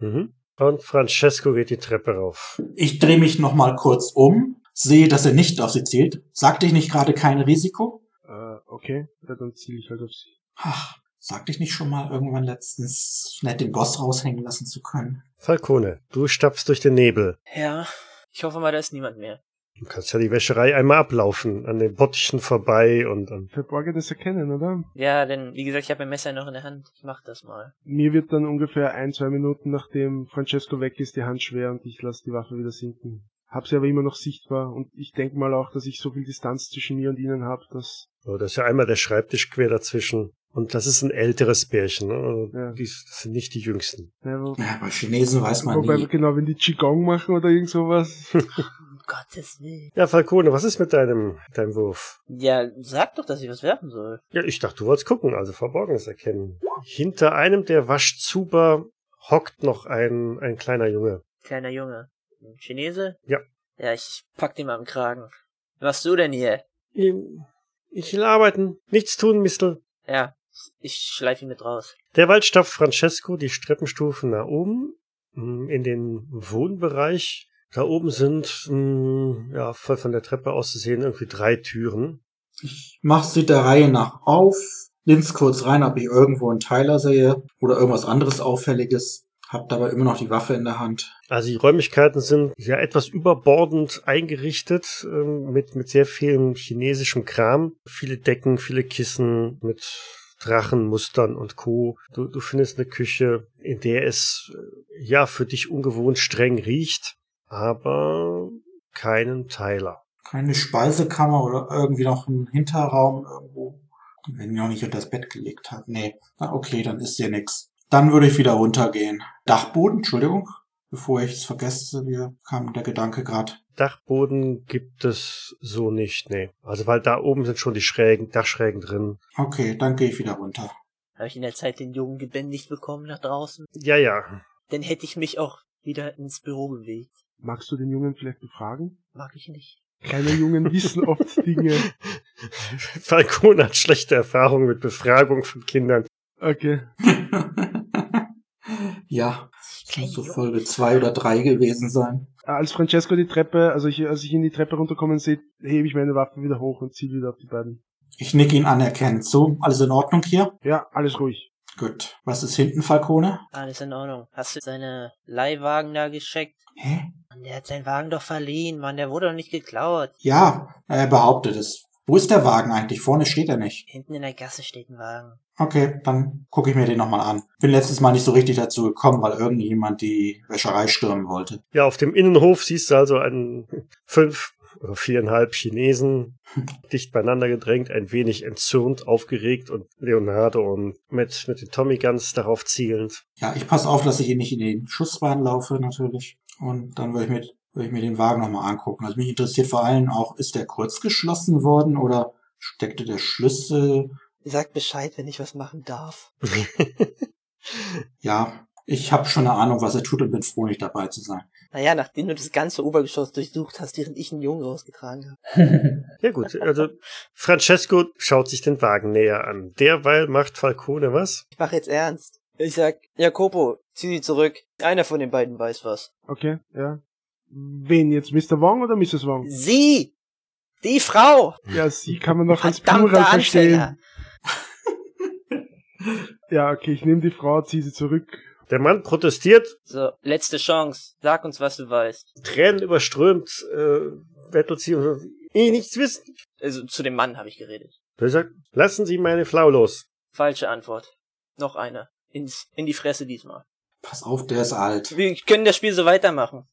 S1: Mhm. Und Francesco geht die Treppe rauf.
S2: Ich drehe mich nochmal kurz um, sehe, dass er nicht auf sie zielt. Sagte ich nicht gerade kein Risiko?
S4: Äh, okay, ja, dann ziel ich halt auf sie.
S2: Ach, sagte ich nicht schon mal irgendwann letztens, nett den Boss raushängen lassen zu können?
S1: Falcone, du stapfst durch den Nebel.
S3: Ja, ich hoffe mal, da ist niemand mehr.
S1: Du kannst ja die Wäscherei einmal ablaufen, an den Bottichen vorbei und an.
S4: Verborgenes erkennen, oder?
S3: Ja, denn wie gesagt, ich habe mein Messer noch in der Hand. Ich mach das mal.
S4: Mir wird dann ungefähr ein, zwei Minuten, nachdem Francesco weg ist, die Hand schwer und ich lasse die Waffe wieder sinken. Hab sie aber immer noch sichtbar und ich denke mal auch, dass ich so viel Distanz zwischen mir und ihnen habe, dass
S1: So, da ist ja einmal der Schreibtisch quer dazwischen. Und das ist ein älteres Pärchen. Ne? Also
S4: Ja.
S1: die s- das sind nicht die jüngsten.
S4: ne, wo,
S2: Ja, bei Chinesen weiß man
S4: wobei wir
S2: nie.
S4: genau, wenn die Qigong machen oder irgend sowas.
S3: Um Gottes Willen.
S1: Ja, Falcone, was ist mit deinem, deinem Wurf?
S3: Ja, sag doch, dass ich was werfen soll.
S1: Ja, ich dachte, du wolltest gucken, also Verborgenes erkennen. Hinter einem der Waschzuber hockt noch ein, ein kleiner Junge.
S3: Kleiner Junge. Ein Chinese?
S1: Ja.
S3: Ja, ich pack den mal am Kragen. Was machst du denn hier?
S1: Ähm, Ich will arbeiten, nichts tun, Mistel.
S3: Ja, ich schleif ihn mit raus.
S1: Derweil stapft Francesco die Treppenstufen nach oben, mh, in den Wohnbereich. Da oben sind, mh, ja, voll von der Treppe aus zu sehen, irgendwie drei Türen.
S2: Mach sie der Reihe nach auf, nimm's kurz rein, ob ich irgendwo einen Teiler sehe oder irgendwas anderes Auffälliges. Hab dabei immer noch die Waffe in der Hand.
S1: Also die Räumlichkeiten sind ja etwas überbordend eingerichtet, ähm, mit, mit sehr vielem chinesischem Kram. Viele Decken, viele Kissen mit Drachenmustern und Co. Du, du findest eine Küche, in der es äh, ja für dich ungewohnt streng riecht, aber keinen Teiler.
S2: Keine Speisekammer oder irgendwie noch einen Hinterraum irgendwo. Die werden ja auch nicht unter das Bett gelegt hat. Nee. Na, okay, dann ist hier nix. Dann würde ich wieder runtergehen. Dachboden, Entschuldigung. Bevor ich es vergesse, mir kam der Gedanke gerade.
S1: Dachboden gibt es so nicht, nee. Also weil da oben sind schon die Schrägen, Dachschrägen drin.
S2: Okay, dann gehe ich wieder runter.
S3: Habe ich in der Zeit den Jungen gebändigt bekommen nach draußen?
S1: Ja, ja.
S3: Dann hätte ich mich auch wieder ins Büro bewegt.
S4: Magst du den Jungen vielleicht befragen?
S3: Mag ich nicht.
S4: Kleine Jungen wissen oft Dinge.
S1: Falcone hat schlechte Erfahrungen mit Befragung von Kindern.
S4: Okay. Äh,
S2: ja, das muss so Folge zwei oder drei gewesen sein.
S4: Als Francesco die Treppe, also ich, als ich ihn die Treppe runterkommen sehe, hebe ich meine Waffe wieder hoch und ziele wieder auf die beiden.
S2: Ich nicke ihn anerkennend. So, alles in Ordnung hier?
S4: Ja, alles ruhig.
S2: Gut. Was ist hinten, Falcone?
S3: Alles in Ordnung. Hast du seine Leihwagen da gescheckt?
S2: Hä?
S3: Mann, der hat seinen Wagen doch verliehen, Mann. Der wurde doch nicht geklaut.
S2: Ja, er behauptet es. Wo ist der Wagen eigentlich? Vorne steht er nicht.
S3: Hinten in der Gasse steht ein Wagen.
S2: Okay, dann gucke ich mir den nochmal an. Bin letztes Mal nicht so richtig dazu gekommen, weil irgendjemand die Wäscherei stürmen wollte.
S1: Ja, auf dem Innenhof siehst du also einen fünf oder viereinhalb Chinesen dicht beieinander gedrängt, ein wenig entzürnt, aufgeregt und Leonardo und mit, mit den Tommy Guns darauf zielend.
S2: Ja, ich passe auf, dass ich hier nicht in den Schussbahn laufe, natürlich. Und dann würde ich mir, würde ich mir den Wagen nochmal angucken. Also mich interessiert vor allem auch, ist der kurz geschlossen worden oder steckte der Schlüssel?
S3: Sagt Bescheid, wenn ich was machen darf.
S2: Ja, ich habe schon eine Ahnung, was er tut und bin froh, nicht dabei zu sein.
S3: Naja, nachdem du das ganze Obergeschoss durchsucht hast, während ich einen Jungen rausgetragen habe.
S1: Ja gut, also Francesco schaut sich den Wagen näher an. Derweil macht Falcone was?
S3: Ich mache jetzt ernst. Ich sag, Jakobo, zieh sie zurück. Einer von den beiden weiß was.
S4: Okay, ja. Wen jetzt? Mr. Wong oder Mrs. Wong?
S3: Sie! Die Frau!
S4: Ja, sie kann man noch als
S3: Verdammter
S4: Plural verstehen.
S3: Anfänger!
S4: Ja, okay, ich nehme die Frau, ziehe sie zurück.
S1: Der Mann protestiert,
S3: So, letzte Chance. Sag uns, was du weißt.
S1: Tränen überströmt, äh, wettelt sie und sagt, ich nichts wissen.
S3: Also, zu dem Mann habe ich geredet.
S1: Er sagt, lassen Sie meine Frau los.
S3: Falsche Antwort. Noch einer. Ins, in die Fresse diesmal.
S2: Pass auf, der ist alt.
S3: Wir können das Spiel so weitermachen.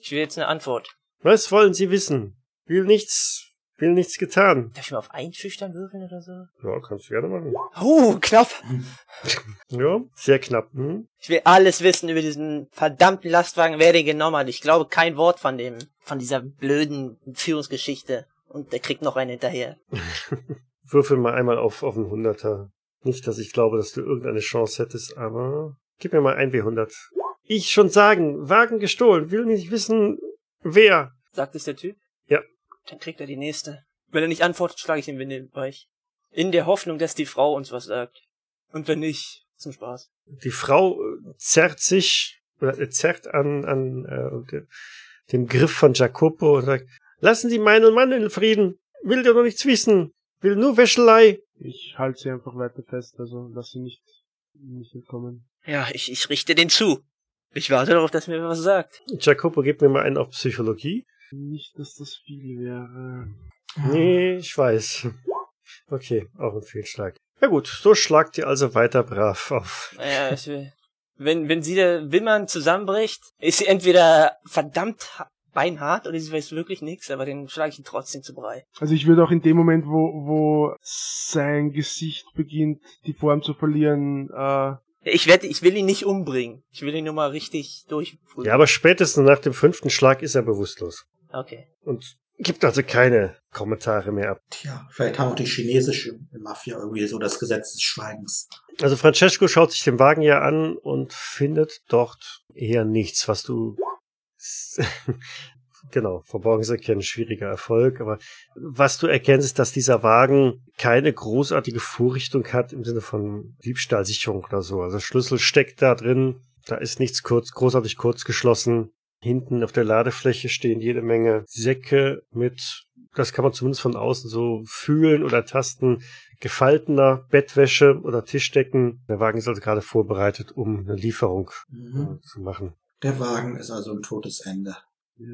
S3: Ich will jetzt eine Antwort.
S1: Was wollen Sie wissen? Will nichts, will nichts getan.
S3: Darf ich mal auf einschüchtern würfeln oder so?
S1: Ja, kannst du gerne machen.
S3: Uh, knapp.
S1: Ja, sehr knapp. Hm?
S3: Ich will alles wissen über diesen verdammten Lastwagen, wer den genommen hat. Ich glaube kein Wort von dem, von dieser blöden Führungsgeschichte. Und der kriegt noch einen hinterher.
S1: Würfel mal einmal auf, auf einen Hunderter. Nicht, dass ich glaube, dass du irgendeine Chance hättest, aber gib mir mal ein W100. Ich schon sagen, Wagen gestohlen, will nicht wissen, wer.
S3: Sagt es der Typ?
S1: Ja.
S3: Dann kriegt er die nächste. Wenn er nicht antwortet, schlage ich ihm in den Weich. In der Hoffnung, dass die Frau uns was sagt. Und wenn nicht, zum Spaß.
S1: Die Frau äh, zerrt sich, oder äh, zerrt an, an äh, de- den Griff von Jacopo und sagt, lassen Sie meinen Mann in Frieden, will der doch nichts wissen, will nur Wäschelei.
S4: Ich halte sie einfach weiter fest, also lass sie nicht, nicht entkommen.
S3: Ja, ich, ich richte den zu. Ich warte darauf, dass mir was sagt.
S1: Jacopo, gib mir mal einen auf Psychologie.
S4: Nicht, dass das viel wäre.
S1: Nee, ich weiß. Okay, auch ein Fehlschlag. Ja gut, so schlagt ihr also weiter brav auf.
S3: Naja, ich will. Wenn, wenn sie der Wimmern zusammenbricht, ist sie entweder verdammt ha- beinhart oder sie weiß wirklich nichts, aber den schlage ich ihn trotzdem zu Brei.
S4: Also ich würde auch in dem Moment, wo, wo sein Gesicht beginnt, die Form zu verlieren, äh,
S3: Ich werde, ich will ihn nicht umbringen. Ich will ihn nur mal richtig durchprüfen.
S1: Ja, aber spätestens nach dem fünften Schlag ist er bewusstlos
S3: Okay.
S1: und gibt also keine Kommentare mehr ab.
S2: Tja, vielleicht haben auch die chinesische Mafia irgendwie so das Gesetz des Schweigens.
S1: Also Francesco schaut sich den Wagen ja an und findet dort eher nichts, was du... genau, verborgenes Erkennen, schwieriger Erfolg, aber was du erkennst, ist, dass dieser Wagen keine großartige Vorrichtung hat im Sinne von Diebstahlsicherung oder so. Also Schlüssel steckt da drin, da ist nichts kurz, großartig kurz geschlossen. Hinten auf der Ladefläche stehen jede Menge Säcke mit, das kann man zumindest von außen so fühlen oder tasten, gefaltener Bettwäsche oder Tischdecken. Der Wagen ist also gerade vorbereitet, um eine Lieferung
S2: Mhm.
S1: äh, zu machen.
S2: Der Wagen ist also ein totes Ende.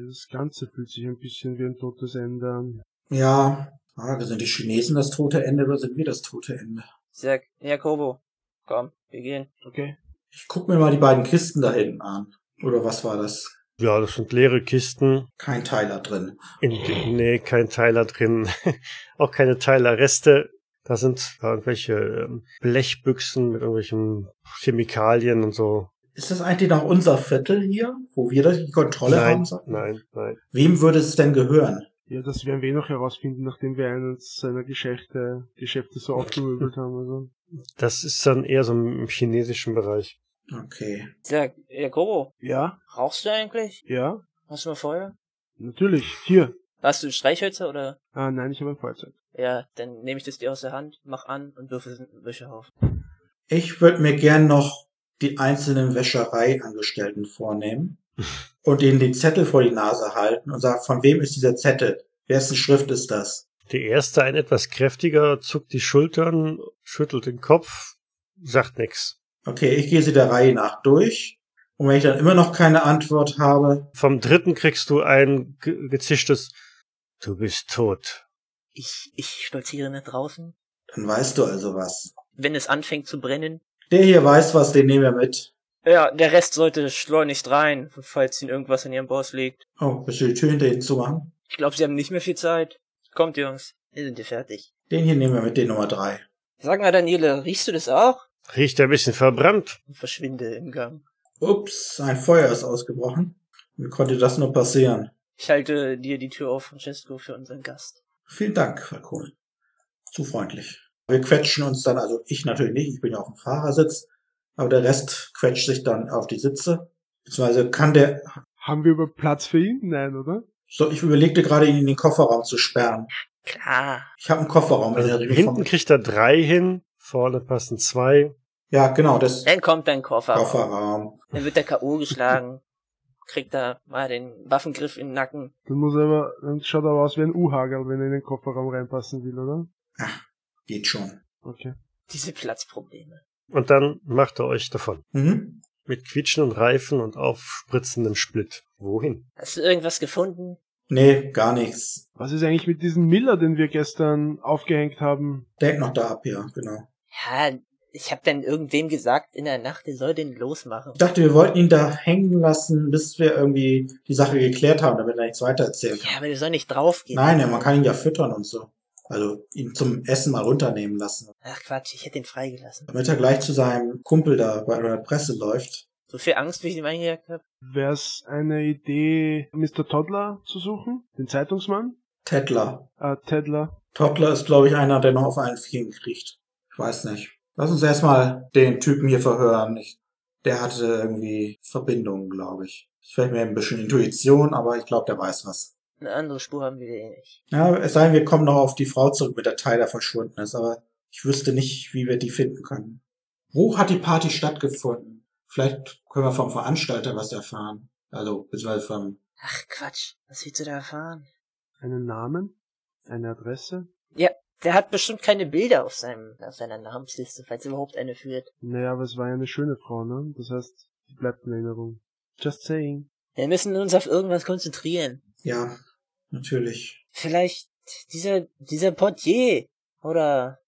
S4: das Ganze fühlt sich ein bisschen wie ein totes Ende an.
S2: Ja, Frage, sind die Chinesen das tote Ende oder sind wir das tote Ende?
S3: Ich sag, Jakobo, komm, wir gehen.
S4: Okay.
S2: Ich guck mir mal die beiden Kisten da hinten an. Oder was war das?
S1: Ja, das sind leere Kisten.
S2: Kein Teiler drin.
S1: In, nee, kein Teiler drin. Auch keine Teilerreste. Da sind äh, irgendwelche ähm, Blechbüchsen mit irgendwelchen Chemikalien und so.
S2: Ist das eigentlich noch unser Viertel hier, wo wir das- die Kontrolle
S1: nein,
S2: haben? sollten?
S1: nein, nein.
S2: Wem würde es denn gehören?
S4: Ja, das werden wir eh noch herausfinden, nachdem wir eines seiner Geschäfte, Geschäfte so aufgemöbelt haben. Also.
S1: Das ist dann eher so im chinesischen Bereich.
S2: Okay.
S3: Ich sag, Jakobo,
S4: Ja,
S3: rauchst du eigentlich?
S4: ja,
S3: Hast du mal Feuer?
S4: natürlich. Hier.
S3: Hast du Streichhölzer oder?
S4: Ah, nein, ich habe ein Feuerzeug.
S3: Ja, dann nehme ich das dir aus der Hand, mach an und wirf es in den Wäschehauf.
S2: Ich würde mir gern noch die einzelnen Wäschereiangestellten vornehmen und denen den Zettel vor die Nase halten und sagen, von wem ist dieser Zettel? Wessen Schrift ist das?
S1: Der erste, ein etwas kräftiger, zuckt die Schultern, schüttelt den Kopf, sagt nix.
S2: Okay, ich gehe sie der Reihe nach durch. Und wenn ich dann immer noch keine Antwort habe,
S1: Vom dritten kriegst du ein ge gezischtes Du bist tot.
S3: Ich, ich stolziere nach draußen.
S2: Dann weißt du also was.
S3: Wenn es anfängt zu brennen.
S2: Der hier weiß was, den nehmen wir mit.
S3: Ja, der Rest sollte schleunigst rein, falls ihnen irgendwas in ihrem Boss liegt.
S2: Oh, willst du die Tür hinter ihm zumachen?
S3: Ich glaube, sie haben nicht mehr viel Zeit. Kommt, Jungs. Wir sind hier fertig.
S2: Den hier nehmen wir mit, den Nummer drei.
S3: Sag mal, Daniele, riechst du das auch?
S1: Riecht ein bisschen verbrannt.
S3: Und verschwinde im Gang.
S2: Ups, ein Feuer ist ausgebrochen. Wie konnte das nur passieren?
S3: Ich halte dir die Tür auf, Francesco, für unseren Gast.
S2: Vielen Dank, Falcone. Zu freundlich. Wir quetschen uns dann, also ich natürlich nicht, ich bin ja auf dem Fahrersitz, aber der Rest quetscht sich dann auf die Sitze. Beziehungsweise kann der,
S4: Haben wir über Platz für ihn? Nein, oder?
S2: so, ich überlegte gerade, ihn in den Kofferraum zu sperren.
S3: Klar.
S2: Ich habe einen Kofferraum in
S1: Also
S2: der Uniform.
S1: hinten kriegt er drei hin, vorne passen zwei.
S2: Ja, genau, das
S3: Dann kommt dein Koffer.
S2: Kofferraum.
S3: Dann wird der K.O. geschlagen. Kriegt da mal den Waffengriff im Nacken.
S4: Dann muss er aber, dann schaut er aber aus wie ein U-Hagel, wenn er in den Kofferraum reinpassen will, oder?
S2: Geht schon.
S4: Okay.
S3: Diese Platzprobleme.
S1: Und dann macht er euch davon.
S2: Mhm.
S1: Mit quietschenden Reifen und aufspritzendem Split. Wohin?
S3: Hast du irgendwas gefunden?
S2: Nee, gar nichts.
S4: Was ist eigentlich mit diesem Miller, den wir gestern aufgehängt haben?
S2: Der hängt noch da ab, ja, genau.
S3: Ja, ich hab dann irgendwem gesagt in der Nacht, der soll den losmachen.
S2: Ich dachte, wir wollten ihn da hängen lassen, bis wir irgendwie die Sache geklärt haben, damit er nichts weiter erzählen kann.
S3: Ja, aber der soll nicht draufgehen.
S2: Nein, ja, man kann ihn ja füttern und so. Also ihn zum Essen mal runternehmen lassen.
S3: Ach Quatsch, ich hätte ihn freigelassen.
S2: Damit er gleich zu seinem Kumpel da bei der Presse läuft.
S3: So viel Angst, wie ich ihm eingejagt habe.
S4: Wär's eine Idee, Mr. Toddler zu suchen? Den Zeitungsmann?
S2: Tedler.
S4: Äh, Tedler.
S2: Toddler ist, glaube ich, einer, der noch auf allen Vieren kriegt. Ich weiß nicht. Lass uns erstmal den Typen hier verhören. Ich, der hatte irgendwie Verbindungen, glaube ich. Ich fällt mir ein bisschen Intuition, aber ich glaube, der weiß was.
S3: Eine andere Spur haben wir eh nicht.
S2: Ja, es sei denn, wir kommen noch auf die Frau zurück, mit der Tyler verschwunden ist, aber ich wüsste nicht, wie wir die finden können. Wo hat die Party stattgefunden? Vielleicht können wir vom Veranstalter was erfahren. Also, beziehungsweise vom
S3: Ach Quatsch, was willst du da erfahren?
S4: Einen Namen? Eine Adresse?
S3: Der hat bestimmt keine Bilder auf seinem, auf seiner Namensliste, falls überhaupt eine führt.
S4: Naja, aber es war ja eine schöne Frau, ne? Das heißt, die bleibt in Erinnerung. Just saying.
S3: Wir müssen uns auf irgendwas konzentrieren.
S2: Ja, natürlich.
S3: Vielleicht dieser, dieser Portier. Oder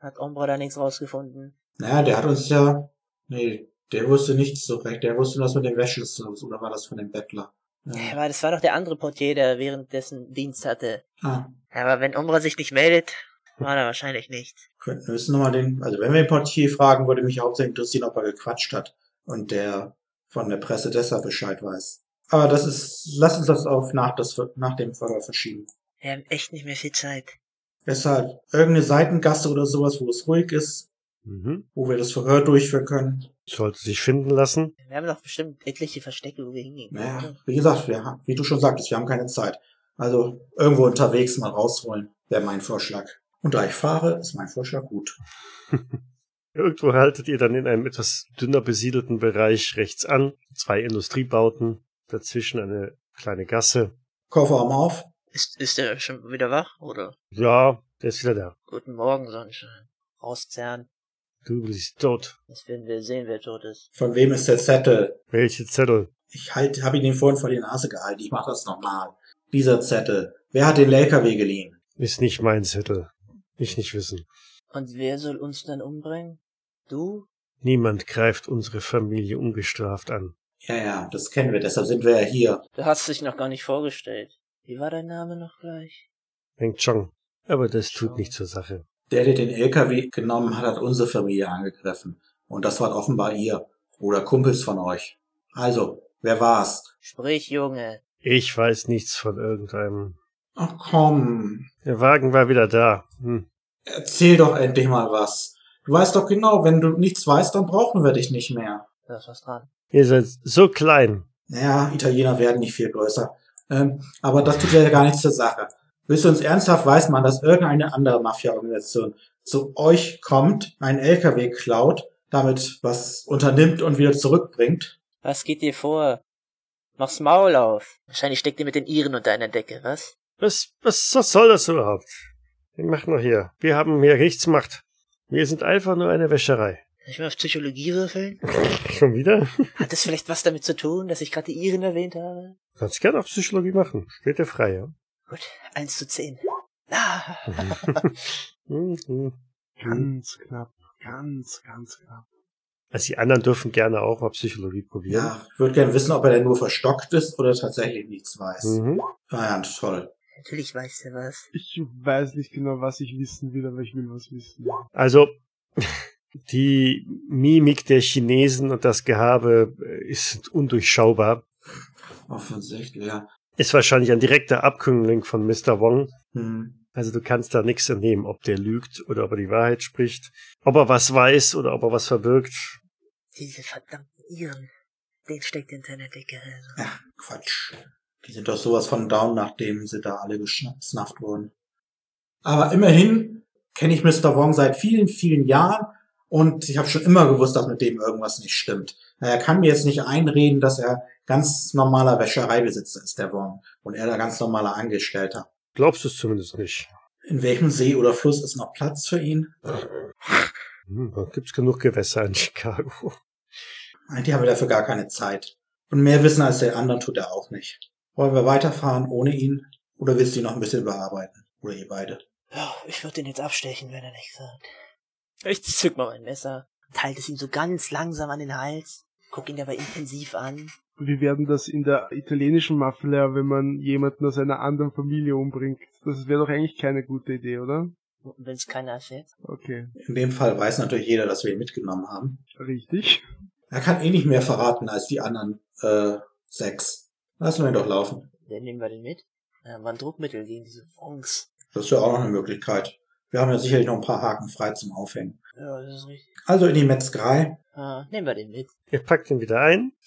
S3: hat Ombra da nichts rausgefunden?
S2: Naja, der hat uns ja. Nee, der wusste nichts so recht. Der wusste nur das mit dem Wäscheschluss oder war das von dem Bettler? Ja.
S3: Aber das war doch der andere Portier, der währenddessen Dienst hatte.
S2: Ah,
S3: Aber wenn Ombra sich nicht meldet, war da wahrscheinlich nichts.
S2: könnten wir müssen nochmal den. Also wenn wir den Portier fragen, würde mich hauptsächlich interessieren, ob er gequatscht hat und der von der Presse deshalb Bescheid weiß. Aber das ist. Lass uns das auf nach, das, nach dem Förder verschieben.
S3: Wir haben echt nicht mehr viel Zeit.
S2: Deshalb irgendeine Seitengasse oder sowas, wo es ruhig ist,
S1: Mhm.
S2: wo wir das Verhör durchführen können.
S1: Sollte sich finden lassen.
S3: Wir haben doch bestimmt etliche Verstecke, wo wir hingehen können.
S2: Naja,
S3: oder?
S2: wie gesagt, wir, ha- wie du schon sagtest, wir haben keine Zeit. Also irgendwo unterwegs mal rausholen, wäre mein Vorschlag. Und da ich fahre, ist mein Vorschlag gut.
S1: Irgendwo haltet ihr dann in einem etwas dünner besiedelten Bereich rechts an. Zwei Industriebauten, dazwischen eine kleine Gasse.
S2: Kofferraum auf.
S3: Ist, ist er schon wieder wach, oder?
S1: Ja, der ist wieder da.
S3: Guten Morgen, Sonnenschein. Rauszerren.
S1: Du bist tot.
S3: Das werden wir sehen, wer tot ist.
S2: Von wem ist der Zettel?
S1: Welche Zettel?
S2: Ich halt, habe ihn den vorhin vor die Nase gehalten. Ich mache das nochmal. Dieser Zettel. Wer hat den LKW geliehen?
S1: Ist nicht mein Zettel. Ich nicht wissen.
S3: Und wer soll uns dann umbringen? Du?
S1: Niemand greift unsere Familie ungestraft an.
S2: Ja, ja, das kennen wir. Deshalb sind wir ja hier.
S3: Du hast dich noch gar nicht vorgestellt. Wie war dein Name noch gleich?
S1: Weng Chong. Aber das tut
S3: Chong.
S1: nicht zur Sache.
S2: Der, der den LKW genommen hat, hat unsere Familie angegriffen. Und das war offenbar ihr. Oder Kumpels von euch. Also, wer war's?
S3: Sprich, Junge.
S1: Ich weiß nichts von irgendeinem.
S2: Ach komm,
S1: Der Wagen war wieder da. Hm.
S2: Erzähl doch endlich mal was. Du weißt doch genau, wenn du nichts weißt, dann brauchen wir dich nicht mehr.
S3: Da ist was dran.
S1: Ihr seid so klein.
S2: Naja, Italiener werden nicht viel größer. Ähm, aber das tut ja gar nichts zur Sache. Willst du uns ernsthaft weiß man, dass irgendeine andere Mafia-Organisation zu euch kommt, einen LKW klaut, damit was unternimmt und wieder zurückbringt?
S3: Was geht dir vor? Mach's Maul auf. Wahrscheinlich steckt ihr mit den Iren unter einer Decke, was?
S1: Was, was, was soll das überhaupt? Wir machen noch hier. Wir haben hier nichts gemacht. Wir sind einfach nur eine Wäscherei.
S3: Soll ich mal auf Psychologie würfeln?
S1: Schon wieder?
S3: Hat das vielleicht was damit zu tun, dass ich gerade die Iren erwähnt habe?
S1: Kannst gerne auf Psychologie machen. Steht dir frei, ja?
S3: Gut, 1 zu 10.
S5: Ah,
S1: Mhm.
S4: Ganz knapp, ganz, ganz knapp.
S1: Also die anderen dürfen gerne auch mal Psychologie probieren.
S2: Ja, ich würde gerne wissen, ob er denn nur verstockt ist oder tatsächlich nichts weiß.
S1: Mhm.
S2: Ah ja, toll.
S5: natürlich weiß er was.
S4: Ich weiß nicht genau, was ich wissen will, aber ich will was wissen.
S1: Also die Mimik der Chinesen und das Gehabe äh, ist undurchschaubar.
S2: Offensichtlich, ja.
S1: Ist wahrscheinlich ein direkter Abkömmling von Mr. Wong.
S2: Hm.
S1: Also du kannst da nichts entnehmen, ob der lügt oder ob er die Wahrheit spricht, ob er was weiß oder ob er was verbirgt.
S5: Diese verdammten Iren. Den steckt hinter einer Decke.
S3: also.
S2: Ach, Quatsch. Die sind doch sowas von down, nachdem sie da alle geschnappt wurden. Aber immerhin kenne ich Mr. Wong seit vielen, vielen Jahren und ich habe schon immer gewusst, dass mit dem irgendwas nicht stimmt. Er kann mir jetzt nicht einreden, dass er ganz normaler Wäschereibesitzer ist, der Wong, und er da ganz normaler Angestellter.
S1: Glaubst du es zumindest nicht?
S2: In welchem See oder Fluss ist noch Platz für ihn?
S1: Hm, da gibt's genug Gewässer in Chicago.
S2: Eigentlich haben wir dafür gar keine Zeit. Und mehr wissen als der anderen tut er auch nicht. Wollen wir weiterfahren ohne ihn? Oder willst du ihn noch ein bisschen bearbeiten? Oder ihr beide?
S3: Ja, ich würde ihn jetzt abstechen, wenn er nichts sagt.
S5: Ich zück mal mein Messer.
S3: Teilt es ihm so ganz langsam an den Hals, guck ihn dabei intensiv an.
S4: Wir werden das in der italienischen Mafia, wenn man jemanden aus einer anderen Familie umbringt. Das wäre doch eigentlich keine gute Idee, oder?
S3: Wenn es keiner erfährt.
S4: Okay,
S2: In dem Fall weiß natürlich jeder, dass wir ihn mitgenommen haben.
S4: richtig.
S2: Er kann eh nicht mehr verraten als die anderen äh, sechs. Lassen wir ihn doch laufen.
S3: Dann nehmen wir den mit. Äh, war ein Druckmittel gegen diese Fongs.
S2: Das ist ja auch noch eine Möglichkeit. Wir haben ja sicherlich noch ein paar Haken frei zum Aufhängen.
S3: Ja, das ist richtig.
S2: Also in die Metzgerei.
S3: Ah, nehmen wir den mit.
S1: Ihr packt ihn wieder ein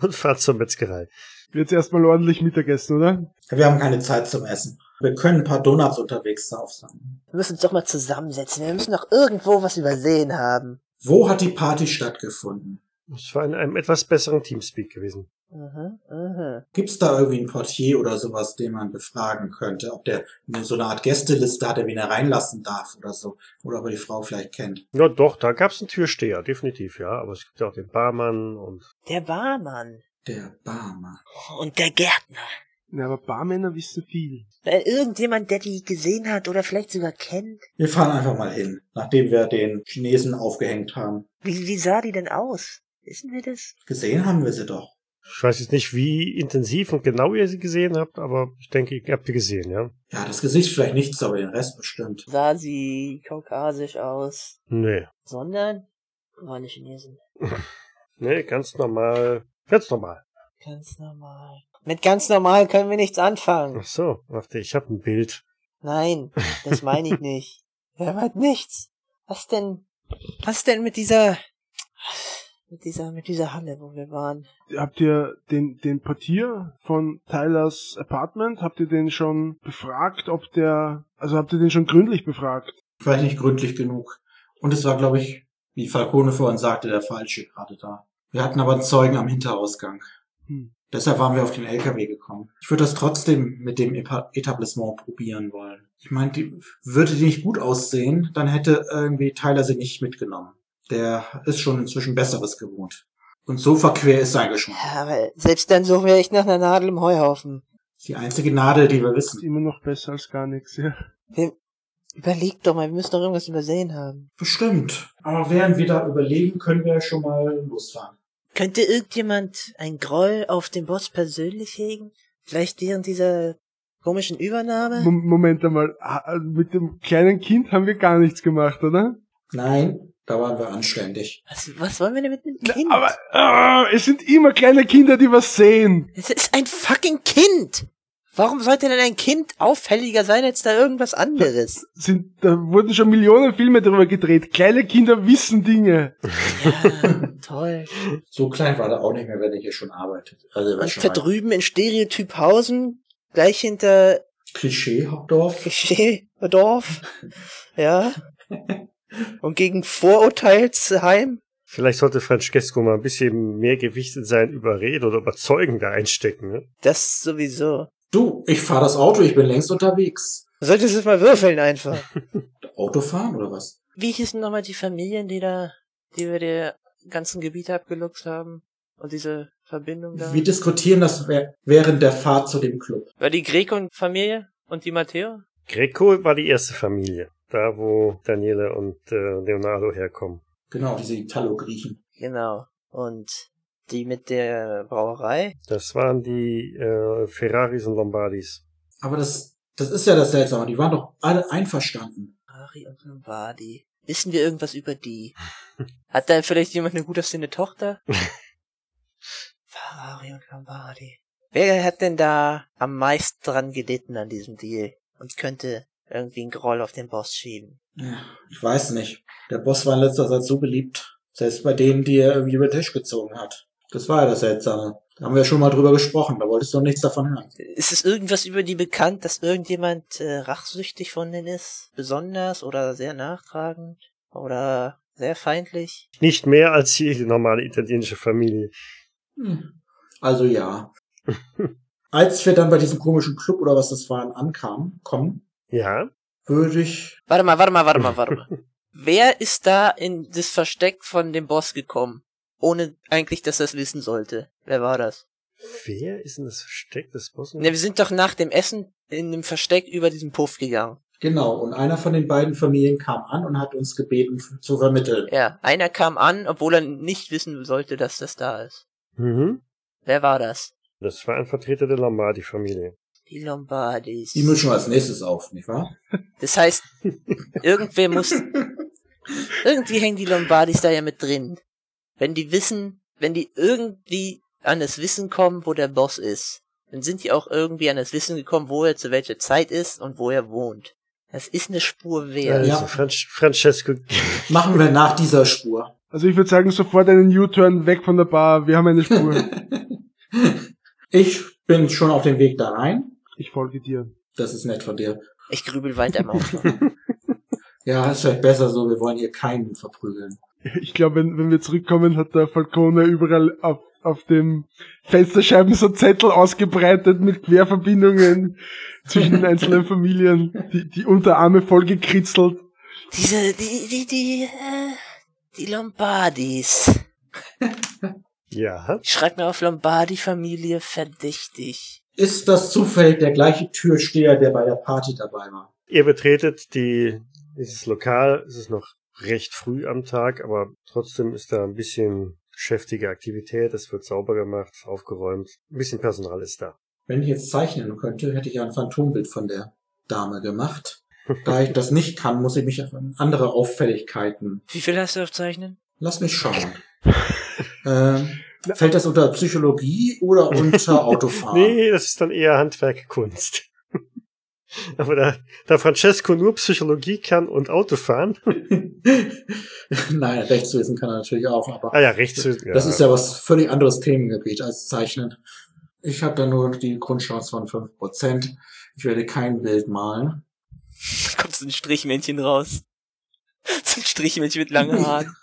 S1: und fahrt zur Metzgerei.
S4: Jetzt erstmal ordentlich Mittagessen, oder?
S2: Wir haben keine Zeit zum Essen. Wir können ein paar Donuts unterwegs aufsammeln.
S3: Wir müssen uns doch mal zusammensetzen. Wir müssen doch irgendwo was übersehen haben.
S2: Wo hat die Party stattgefunden?
S1: Es war in einem etwas besseren Teamspeak gewesen.
S3: Mhm, mhm.
S2: Gibt's da irgendwie einen Portier oder sowas, den man befragen könnte? Ob der so eine Art Gästeliste hat, der wen er reinlassen darf oder so? Oder ob er die Frau vielleicht kennt?
S1: Ja doch, da gab's einen Türsteher, definitiv, ja. Aber es gibt ja auch den Barmann und
S3: Der Barmann
S2: Der Barmann.
S3: und der Gärtner.
S4: Na, aber Barmänner wissen viel.
S3: Äh, Irgendjemand, der die gesehen hat oder vielleicht sogar kennt.
S2: Wir fahren einfach mal hin, nachdem wir den Chinesen aufgehängt haben.
S3: Wie, wie sah die denn aus? Wissen wir das?
S2: Gesehen haben wir sie doch.
S1: ich weiß jetzt nicht, wie intensiv und genau ihr sie gesehen habt, aber ich denke, ihr habt sie gesehen, ja.
S2: Ja, das Gesicht vielleicht nicht, aber den Rest bestimmt.
S3: Sah sie kaukasisch aus,
S1: Nee.
S3: sondern war eine Chinesin.
S1: Nee, ganz normal. Ganz normal.
S3: Ganz normal. Mit ganz normal können wir nichts anfangen.
S1: Ach so, dachte ich, habe ein Bild.
S3: Nein, das meine ich nicht. Wir haben halt nichts. Was denn? Was denn mit dieser mit dieser mit dieser Halle, wo wir waren?
S4: Habt ihr den, den Portier von Tylers Apartment, habt ihr den schon befragt, ob der, also habt ihr den schon gründlich befragt?
S2: Vielleicht nicht gründlich genug. Und es war, glaube ich, wie Falcone vorhin sagte, der Falsche gerade da. Wir hatten aber einen Zeugen am Hinterausgang.
S4: Hm.
S2: Deshalb waren wir auf den LKW gekommen. Ich würde das trotzdem mit dem Epa- Etablissement probieren wollen. Ich meine, die, würde die nicht gut aussehen, dann hätte irgendwie Tyler sie nicht mitgenommen. Der ist schon inzwischen Besseres gewohnt. Und so verquer ist sein Geschmack.
S3: Ja, aber selbst dann suchen wir echt nach einer Nadel im Heuhaufen.
S2: Die einzige Nadel, die wir wissen.
S4: Ist immer noch besser als gar nichts, ja.
S3: Wir, überleg doch mal, wir müssen doch irgendwas übersehen haben.
S2: Bestimmt. Aber während wir da überlegen, können wir ja schon mal losfahren.
S3: Könnte irgendjemand ein Groll auf den Boss persönlich hegen? Vielleicht während dieser komischen Übernahme?
S4: Mom- Moment einmal, ha- mit dem kleinen Kind haben wir gar nichts gemacht, oder?
S2: Nein, da waren wir anständig.
S3: Was, was wollen wir denn mit einem Kind?
S4: Aber ah, es sind immer kleine Kinder, die was sehen.
S3: Es ist ein fucking Kind! Warum sollte denn ein Kind auffälliger sein als da irgendwas anderes?
S4: Sind, da wurden schon Millionen Filme darüber gedreht. Kleine Kinder wissen Dinge.
S3: Ja, toll.
S2: So klein war der auch nicht mehr, wenn er hier schon arbeitet. Also er war
S3: Und
S2: schon
S3: da
S2: ein
S3: drüben in Stereotyphausen, gleich hinter
S2: Klischee-Dorf.
S3: Klischeedorf, ja. Und gegen Vorurteilsheim.
S1: Vielleicht sollte Francesco mal ein bisschen mehr Gewicht in sein Überreden oder Überzeugen da einstecken, ne?
S3: Das sowieso.
S2: Du, ich fahre das Auto, ich bin längst unterwegs.
S3: Du solltest es mal würfeln einfach.
S2: Auto fahren oder was?
S3: Wie hießen nochmal die Familien, die da, die wir der ganzen Gebiete abgeluchst haben? Und diese Verbindung da?
S2: Wir diskutieren das wär- während der Fahrt zu dem Club.
S5: War die Grekon-Familie?
S3: Und die Matteo?
S1: Greco war die erste Familie, da wo Daniele und äh, Leonardo herkommen.
S2: Genau, diese Italo-Griechen.
S6: Genau. Und die mit der Brauerei?
S1: Das waren die äh, Ferraris und Lombardis.
S2: Aber das, das ist ja das Seltsame. Die waren doch alle einverstanden.
S6: Ari und Lombardi.
S3: Wissen wir irgendwas über die? Hat da vielleicht jemand eine gut aussehende Tochter?
S6: Ferrari und Lombardi. Wer hat denn da am meisten dran gelitten an diesem Deal und könnte irgendwie einen Groll auf den Boss schieben?
S2: Ja, Ich weiß nicht. Der Boss war in letzter Zeit so beliebt. Selbst bei denen, die er irgendwie über den Tisch gezogen hat. Das war ja das Seltsame. Da haben wir ja schon mal drüber gesprochen. Da wolltest du noch nichts davon hören.
S6: Ist es irgendwas über die bekannt, dass irgendjemand äh, rachsüchtig von denen ist? Besonders oder sehr nachtragend? Oder sehr feindlich?
S1: Nicht mehr als jede normale italienische Familie.
S2: Hm. Also ja. Als wir dann bei diesem komischen Club oder was das war ankamen, kommen,
S1: Ja,
S2: würde ich.
S3: Warte mal, warte mal, warte mal, warte mal. Wer ist da in das Versteck von dem Boss gekommen? Ohne eigentlich, dass er es wissen sollte. Wer war das?
S1: wer ist denn das Versteck des Bossen?
S3: Ne, wir sind doch nach dem Essen in dem Versteck über diesen Puff gegangen.
S2: Genau, und einer von den beiden Familien kam an und hat uns gebeten f- zu vermitteln.
S3: Ja, einer kam an, obwohl er nicht wissen sollte, dass das da ist.
S1: Mhm.
S3: Wer war das?
S1: Das war ein Vertreter der Lombardi-Familie.
S6: Die Lombardis.
S2: Die mischen wir als nächstes auf, nicht wahr?
S3: Das heißt, irgendwer muss
S6: irgendwie hängen die Lombardis da ja mit drin.
S3: wenn die wissen, wenn die irgendwie an das Wissen kommen, wo der Boss ist, dann sind die auch irgendwie an das Wissen gekommen, wo er zu welcher Zeit ist und wo er wohnt.
S6: Das ist eine Spur wert.
S1: Also
S2: Ja.
S1: Fran Francesco
S2: Machen wir nach dieser Spur.
S4: Also ich würde sagen, sofort einen U-Turn weg von der Bar. Wir haben eine Spur.
S2: Ich bin schon auf dem Weg da rein.
S4: ich folge dir.
S2: Das ist nett von dir.
S6: Ich grübel weiter im Auto.
S2: Ja, ist vielleicht besser so, wir wollen hier keinen verprügeln.
S4: Ich glaube, wenn, wenn wir zurückkommen, hat der Falcone überall auf, auf dem Fensterscheiben so Zettel ausgebreitet mit Querverbindungen zwischen den einzelnen Familien, die, die Unterarme voll gekritzelt.
S6: Diese, die, die, die, äh, die Lombardis.
S1: Ja,
S6: Ich schreib mir auf Lombardi-Familie verdächtig.
S2: Ist das zufällig der gleiche Türsteher, der bei der Party dabei war?
S1: ihr betretet die, dieses Lokal. Es ist noch recht früh am Tag, aber trotzdem ist da ein bisschen geschäftige Aktivität. Es wird sauber gemacht, aufgeräumt. Ein bisschen Personal ist da.
S2: Wenn ich jetzt zeichnen könnte, hätte ich ein Phantombild von der Dame gemacht. Da ich das nicht kann, muss ich mich auf andere Auffälligkeiten.
S3: Wie viel hast du auf Zeichnen?
S2: Lass mich schauen. ähm, fällt das unter Psychologie oder unter Autofahren?
S1: Nee, das ist dann eher Handwerkkunst. Aber da, da Francesco nur Psychologie kann und Autofahren,
S2: Nein, Rechtswesen kann er natürlich auch, aber
S1: ah ja, rechts.
S2: das ist ja was völlig anderes Themengebiet als Zeichnen. Ich habe da nur die Grundchance von 5%. Ich werde kein Bild malen.
S3: Da kommt so ein Strichmännchen raus. So ein Strichmännchen mit langen Haaren.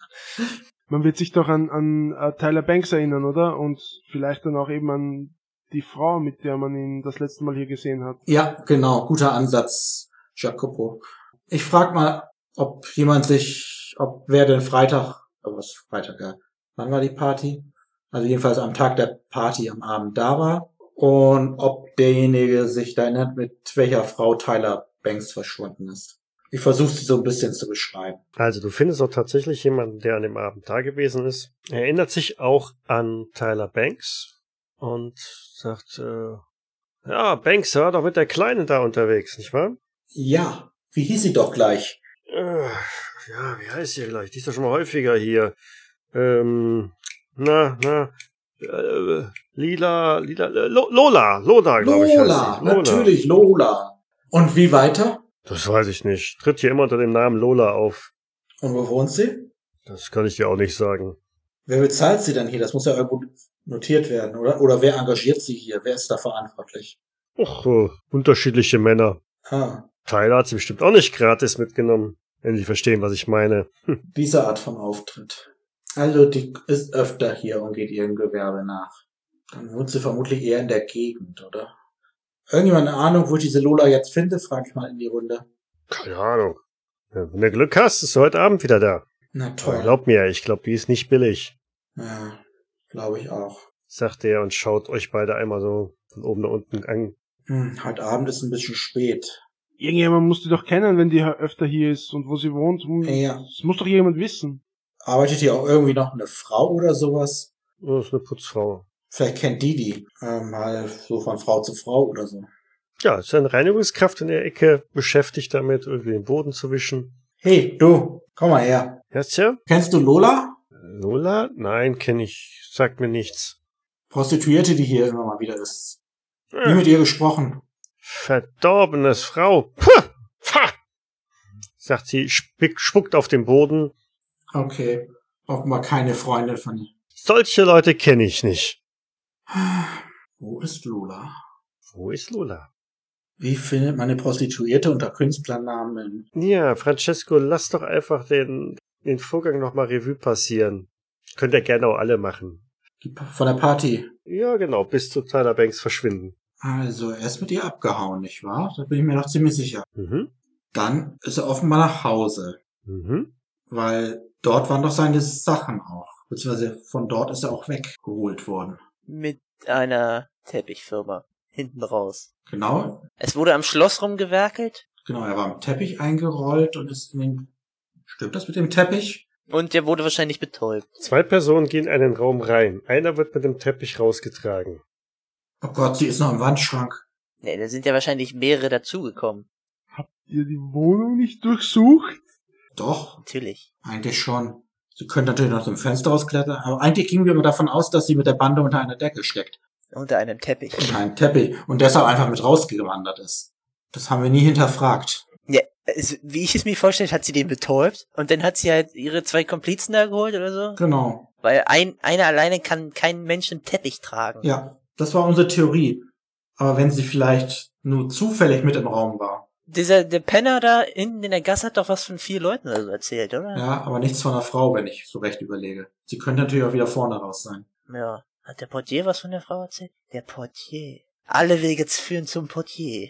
S4: Man wird sich doch an, an äh, Tyler Banks erinnern, oder? Und vielleicht dann auch eben an die Frau, mit der man ihn das letzte Mal hier gesehen hat.
S2: Ja, genau, guter Ansatz, Jacopo. Ich frag mal, ob jemand sich, ob wer denn Freitag, oh, was Freitag, ja. Wann war die Party? Also jedenfalls am Tag der Party am Abend da war. Und ob derjenige sich da erinnert, mit welcher Frau Tyler Banks verschwunden ist. Ich versuche sie so ein bisschen zu beschreiben.
S1: Also du findest auch tatsächlich jemanden, der an dem Abend da gewesen ist. Er erinnert sich auch an Tyler Banks und sagt, äh, ja, Banks war doch mit der Kleinen da unterwegs, nicht wahr?
S2: Ja, wie hieß sie doch gleich?
S1: Äh, ja, wie heißt sie gleich? Die ist doch schon mal häufiger hier. Ähm, na, na, äh, Lila, Lila, äh, Lo- Lola, Lola, glaube ich. heißt
S2: Lola,
S1: sie.
S2: natürlich Lola. Und wie weiter?
S1: Das weiß ich nicht. Tritt hier immer unter dem Namen Lola auf.
S2: Und wo wohnt sie?
S1: Das kann ich dir auch nicht sagen.
S2: Wer bezahlt sie denn hier? Das muss ja irgendwo notiert werden, oder? Oder wer engagiert sie hier? Wer ist da verantwortlich?
S1: Och, äh, unterschiedliche Männer.
S2: Ah,
S1: Tyler hat sie bestimmt auch nicht gratis mitgenommen, wenn Sie verstehen, was ich meine.
S2: diese Art von Auftritt. Also, die ist öfter hier und geht ihrem Gewerbe nach. Dann wohnt sie vermutlich eher in der Gegend, oder? Irgendjemand eine Ahnung, wo ich diese Lola jetzt finde, frage ich mal in die Runde.
S1: Keine Ahnung. Ja, Wenn du Glück hast, ist sie heute Abend wieder da.
S2: Na
S1: Aber
S2: toll.
S1: glaub mir, ich glaube, die ist nicht billig,
S2: Ja, glaube ich auch.
S1: sagt er und schaut euch beide einmal so von oben nach unten an.
S2: Hm, heute Abend ist ein bisschen spät.
S4: Irgendjemand muss die doch kennen, wenn die öfter hier ist und wo sie wohnt. Hm,
S2: Ja.
S4: Das muss doch jemand wissen.
S2: Arbeitet hier auch irgendwie noch eine Frau oder sowas?
S1: Das ist eine Putzfrau.
S2: Vielleicht kennt die die. Äh, mal so von Frau zu Frau oder so.
S1: Ja, ist eine Reinigungskraft in der Ecke, beschäftigt damit, irgendwie den Boden zu wischen.
S2: Hey, du, komm mal her.
S1: Herzchen?
S2: Kennst du Lola?
S1: Lola? Nein, kenne ich. Sagt mir nichts.
S2: Prostituierte, die hier immer mal wieder ist. Nie
S1: Äh,
S2: mit ihr gesprochen.
S1: verdorbenes Frau. Puh! Pah! Sagt sie, spick, spuckt auf den Boden.
S2: Okay. Offenbar keine Freundin von ihr.
S1: Solche Leute kenne ich nicht.
S2: Wo ist Lola?
S1: Wo ist Lola?
S2: Wie findet man eine Prostituierte unter Künstlernamen in
S1: Ja, Francesco, lass doch einfach den, den Vorgang nochmal Revue passieren. Könnt ihr gerne auch alle machen.
S2: Die Pa- Von der Party.
S1: Ja, genau, bis zu Tyler Banks verschwinden.
S2: Also, er ist mit ihr abgehauen, nicht wahr? Da bin ich mir noch ziemlich sicher.
S1: Mhm.
S2: Dann ist er offenbar nach Hause,
S1: Mhm.
S2: weil dort waren doch seine Sachen auch. Beziehungsweise von dort ist er auch weggeholt worden.
S3: Mit einer Teppichfirma. Hinten raus.
S2: Genau,
S3: Es wurde am Schloss rumgewerkelt
S2: genau, er war im Teppich eingerollt und ist in den... Stimmt das mit dem Teppich?
S3: und der wurde wahrscheinlich betäubt.
S1: Zwei Personen gehen in einen Raum rein. Einer wird mit dem Teppich rausgetragen.
S2: Oh Gott, sie ist noch im Wandschrank.
S3: Ne, da sind ja wahrscheinlich mehrere dazugekommen.
S4: Habt ihr die Wohnung nicht durchsucht?
S2: Doch,
S3: Natürlich.
S2: eigentlich schon. Sie könnte natürlich noch zum Fenster rausklettern, aber eigentlich gingen wir immer davon aus, dass sie mit der Bande unter einer Decke steckt.
S3: Unter einem Teppich.
S2: in einen Teppich und deshalb einfach mit rausgewandert ist. Das haben wir nie hinterfragt.
S3: Ja, es, Also, wie ich es mir vorstelle, hat sie den betäubt und dann hat sie halt ihre zwei Komplizen da geholt oder so.
S2: Genau.
S3: Weil ein, einer alleine kann keinen Menschen Teppich tragen.
S2: Ja, das war unsere Theorie. Aber wenn sie vielleicht nur zufällig mit im Raum war.
S3: Dieser, der Penner da hinten in der Gasse hat doch was von vier Leuten oder so erzählt, oder?
S2: Ja, aber nichts von einer Frau, wenn ich so recht überlege. Sie könnte natürlich auch wieder vorne raus sein.
S3: Ja. Hat der Portier was von der Frau erzählt? Der Portier. Alle Wege führen zum Portier.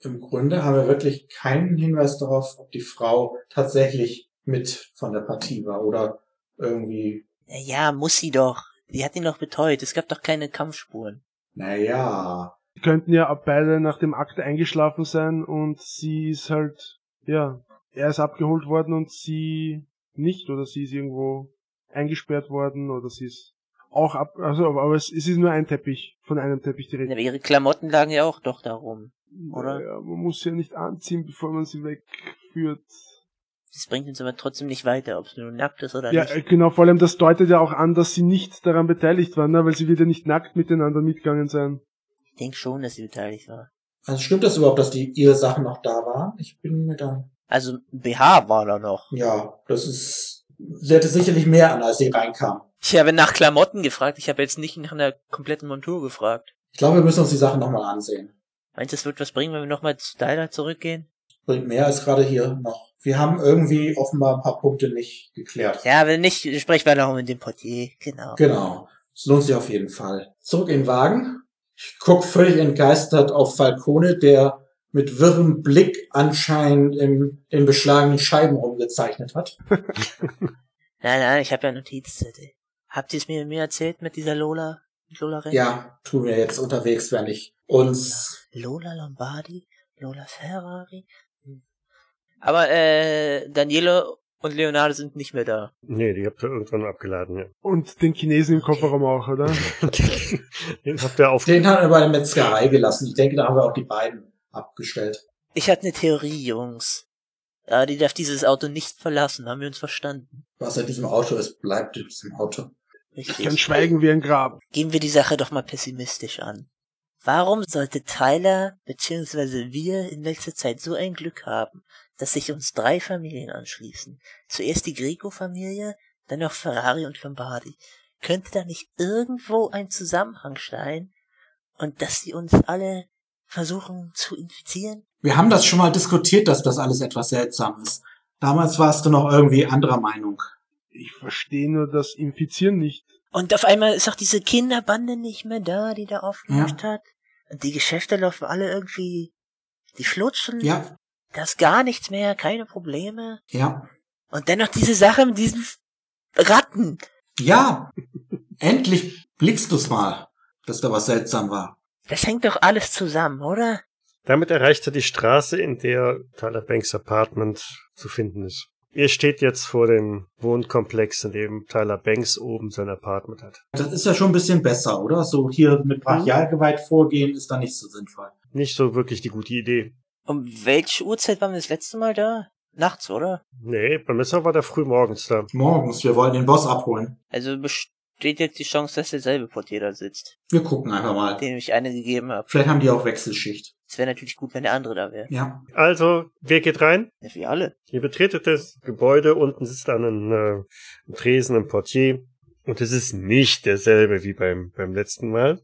S2: Im Grunde haben wir wirklich keinen Hinweis darauf, ob die Frau tatsächlich mit von der Partie war oder irgendwie,
S3: Naja, muss sie doch. Die hat ihn doch betäubt. Es gab doch keine Kampfspuren.
S2: naja,
S4: Die könnten ja beide nach dem Akt eingeschlafen sein und sie ist halt, ja, er ist abgeholt worden und sie nicht oder sie ist irgendwo eingesperrt worden oder sie ist auch ab, also, aber es, es ist nur ein Teppich, von einem Teppich die Rede.
S3: Aber ihre Klamotten lagen ja auch doch da rum. oder?
S4: Naja, man muss sie ja nicht anziehen, bevor man sie wegführt.
S3: Das bringt uns aber trotzdem nicht weiter, ob es nun nackt ist oder
S4: Ja,
S3: nicht.
S4: äh, genau, vor allem das deutet ja auch an, dass sie nicht daran beteiligt waren, ne? weil sie wird ja nicht nackt miteinander mitgegangen sein.
S3: Ich denke schon, dass sie beteiligt war.
S2: Also stimmt das überhaupt, dass die ihre Sachen noch da waren? Ich bin mir da
S3: Also ein BH war da noch.
S2: Ja, das ist. Sie hatte sicherlich mehr an, als sie reinkam.
S3: Ich habe nach Klamotten gefragt. Ich habe jetzt nicht nach einer kompletten Montur gefragt.
S2: Ich glaube, wir müssen uns die Sachen nochmal ansehen. Meinst
S3: Meinst du, es wird was bringen, wenn wir nochmal zu Tyler zurückgehen?
S2: Bringt mehr als gerade hier noch. Wir haben irgendwie offenbar ein paar Punkte nicht geklärt.
S3: Ja, wenn nicht, sprechen wir noch mit dem Portier. Genau.
S2: Genau. Es lohnt sich auf jeden Fall. Zurück in den Wagen. Ich guck völlig entgeistert auf Falcone, der mit wirrem Blick anscheinend im, in beschlagenen Scheiben rumgezeichnet hat.
S3: Nein, nein, ich habe ja Notizzettel. Habt ihr es mir, mir erzählt mit dieser Lola? Mit Lola Renn?
S2: Ja, tun wir jetzt unterwegs, wenn ich uns.
S3: Lola Lombardi? Lola Ferrari? Hm. Aber äh, Daniele und Leonardo sind nicht mehr da.
S1: Nee, die habt ihr irgendwann abgeladen, ja.
S4: Und den Chinesen im Kofferraum auch, oder?
S1: Den habt ihr auf.
S2: Den haben wir bei der Metzgerei gelassen. Ich denke, da haben wir auch die beiden abgestellt.
S3: Ich hatte eine Theorie, Jungs. Aber die darf dieses Auto nicht verlassen, haben wir uns verstanden.
S2: Was in diesem Auto ist, bleibt in diesem Auto.
S4: Ich kann
S3: Richtig.
S4: schweigen wie ein Grab.
S3: Gehen wir die Sache doch mal pessimistisch an. Warum sollte Tyler bzw. wir in letzter Zeit so ein Glück haben, dass sich uns drei Familien anschließen? Zuerst die Greco-Familie, dann noch Ferrari und Lombardi. Könnte da nicht irgendwo ein Zusammenhang sein und dass sie uns alle versuchen zu infizieren?
S2: Wir haben das schon mal diskutiert, dass das alles etwas seltsam ist. Damals warst du noch irgendwie anderer Meinung.
S4: Ich verstehe nur das Infizieren nicht.
S3: Und auf einmal ist auch diese Kinderbande nicht mehr da, die da aufgemacht hat. Und die Geschäfte laufen alle irgendwie, die flutschen.
S2: Ja,
S3: Da ist gar nichts mehr, keine Probleme.
S2: ja,
S3: Und dennoch diese Sache mit diesen Ratten.
S2: ja. Endlich blickst du's mal, dass da was seltsam war.
S6: Das hängt doch alles zusammen, oder?
S1: Damit erreicht er die Straße, in der Tyler Banks Apartment zu finden ist. Ihr steht jetzt vor dem Wohnkomplex, in dem Tyler Banks oben sein Apartment hat.
S2: Das ist ja schon ein bisschen besser, oder? So hier mit Brachialgewalt vorgehen ist da nicht so sinnvoll.
S1: Nicht so wirklich die gute Idee.
S6: Um welche Uhrzeit waren wir das letzte Mal da? Nachts, oder?
S1: Nee, beim letzten Mal war der früh morgens da.
S2: Morgens, wir wollen den Boss abholen.
S6: Also besteht jetzt die Chance, dass derselbe Portier da sitzt,
S2: Wir gucken einfach mal.
S6: dem ich eine gegeben habe.
S2: Vielleicht haben die auch Wechselschicht.
S6: Es wäre natürlich gut, wenn der andere da wäre.
S2: Ja.
S1: Also, wer geht rein?
S6: Ja, wie alle.
S1: Ihr betretet das Gebäude, unten sitzt an einem äh, ein Tresen, ein Portier. Und es ist nicht derselbe wie beim, beim letzten Mal.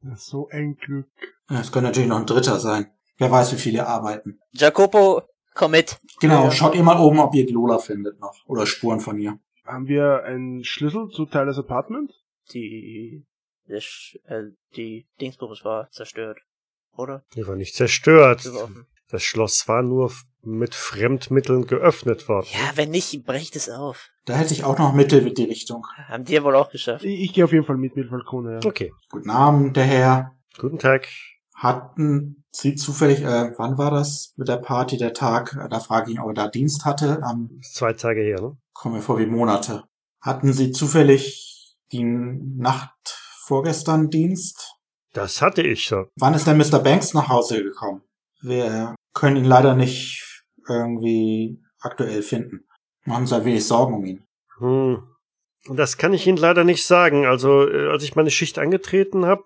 S4: Na, So ein Glück.
S2: Ja, Es könnte natürlich noch ein Dritter sein. Wer weiß, wie viele arbeiten.
S6: Jacopo, komm mit.
S2: Genau, schaut ihr mal oben, ob ihr Lola findet noch. Oder Spuren von ihr.
S4: Haben wir einen Schlüssel zu Tylers Apartment?
S3: Die, die, Sch- äh, die Dingsbums war zerstört. Oder?
S1: Die war nicht zerstört.
S3: Die war offen.
S1: Das Schloss war nur f- mit Fremdmitteln geöffnet worden.
S6: Ja, wenn nicht, bricht es auf.
S2: Da hätte ich auch noch Mittel mit die Richtung.
S3: Haben die ja wohl auch geschafft.
S4: Ich, ich gehe auf jeden Fall mit mit Falcone, ja.
S1: Okay.
S2: Guten Abend, der Herr.
S1: Guten Tag.
S2: Hatten Sie zufällig, äh, wann war das mit der Party, der Tag? Äh, Da frage ich ihn, ob er da Dienst hatte. Am,
S1: Ist zwei Tage her, ne?
S2: kommen mir vor wie Monate. Hatten Sie zufällig die Nacht vorgestern Dienst?
S1: Das hatte ich so.
S2: Wann ist denn Mr. Banks nach Hause gekommen? Wir können ihn leider nicht irgendwie aktuell finden. Machen Sie ein wenig Sorgen um ihn.
S1: Hm. Und Das kann ich Ihnen leider nicht sagen. Also, äh, als ich meine Schicht angetreten habe,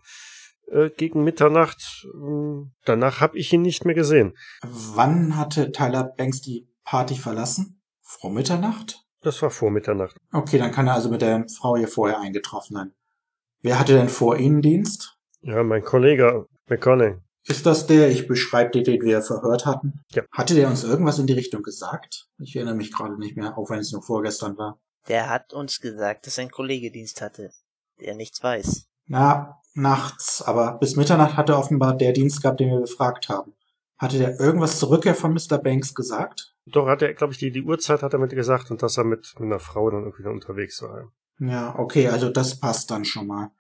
S1: äh, gegen Mitternacht, ähm, danach habe ich ihn nicht mehr gesehen.
S2: Wann hatte Tyler Banks die Party verlassen? Vor Mitternacht?
S1: Das war vor Mitternacht.
S2: Okay, dann kann er also mit der Frau hier vorher eingetroffen sein. Wer hatte denn vor Ihnen Dienst?
S1: Ja, mein Kollege McConnell.
S2: Ist das der, ich beschreibe dir, den wir verhört hatten?
S1: Ja.
S2: Hatte der uns irgendwas in die Richtung gesagt? Ich erinnere mich gerade nicht mehr, auch wenn es nur vorgestern war.
S6: Der hat uns gesagt, dass ein Kollege Dienst hatte, der nichts weiß.
S2: Na, nachts, aber bis Mitternacht hatte offenbar der Dienst gehabt, den wir befragt haben. Hatte der irgendwas zur Rückkehr von Mr. Banks gesagt?
S1: Doch hat er, glaube ich, die, die Uhrzeit hat er mit gesagt und dass er mit einer Frau dann irgendwie noch unterwegs war.
S2: Ja, okay, also das passt dann schon mal.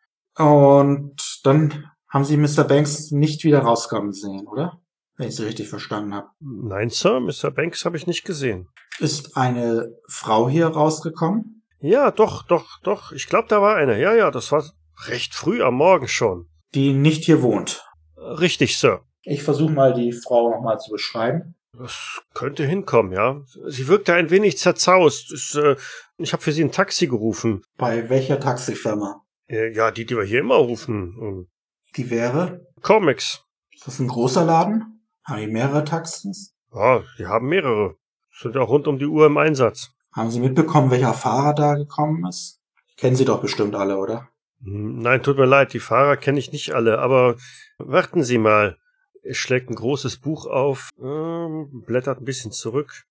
S2: Und dann haben Sie Mr. Banks nicht wieder rauskommen sehen, oder? Wenn ich es richtig verstanden habe.
S1: Nein, Sir, Mr. Banks habe ich nicht gesehen.
S2: Ist eine Frau hier rausgekommen?
S1: Ja, doch, doch, doch. Ich glaube, da war eine. Ja, ja, das war recht früh am Morgen schon.
S2: die nicht hier wohnt.
S1: Richtig, Sir.
S2: Ich versuche mal die Frau nochmal zu beschreiben.
S1: Das könnte hinkommen, ja. Sie wirkte ein wenig zerzaust. Ist, äh, ich habe für sie ein Taxi gerufen.
S2: Bei welcher Taxifirma?
S1: Äh, ja, die, die wir hier immer rufen. Ähm,
S2: Die wäre?
S1: Comics.
S2: Ist das ein großer Laden? Haben die mehrere Taxis?
S1: Ja, die haben mehrere. Sind auch rund um die Uhr im Einsatz.
S2: Haben Sie mitbekommen, welcher Fahrer da gekommen ist? Kennen Sie doch bestimmt alle, oder?
S1: Hm, Nein, tut mir leid, die Fahrer kenne ich nicht alle, aber warten Sie mal. Er schlägt ein großes Buch auf, ähm, blättert ein bisschen zurück.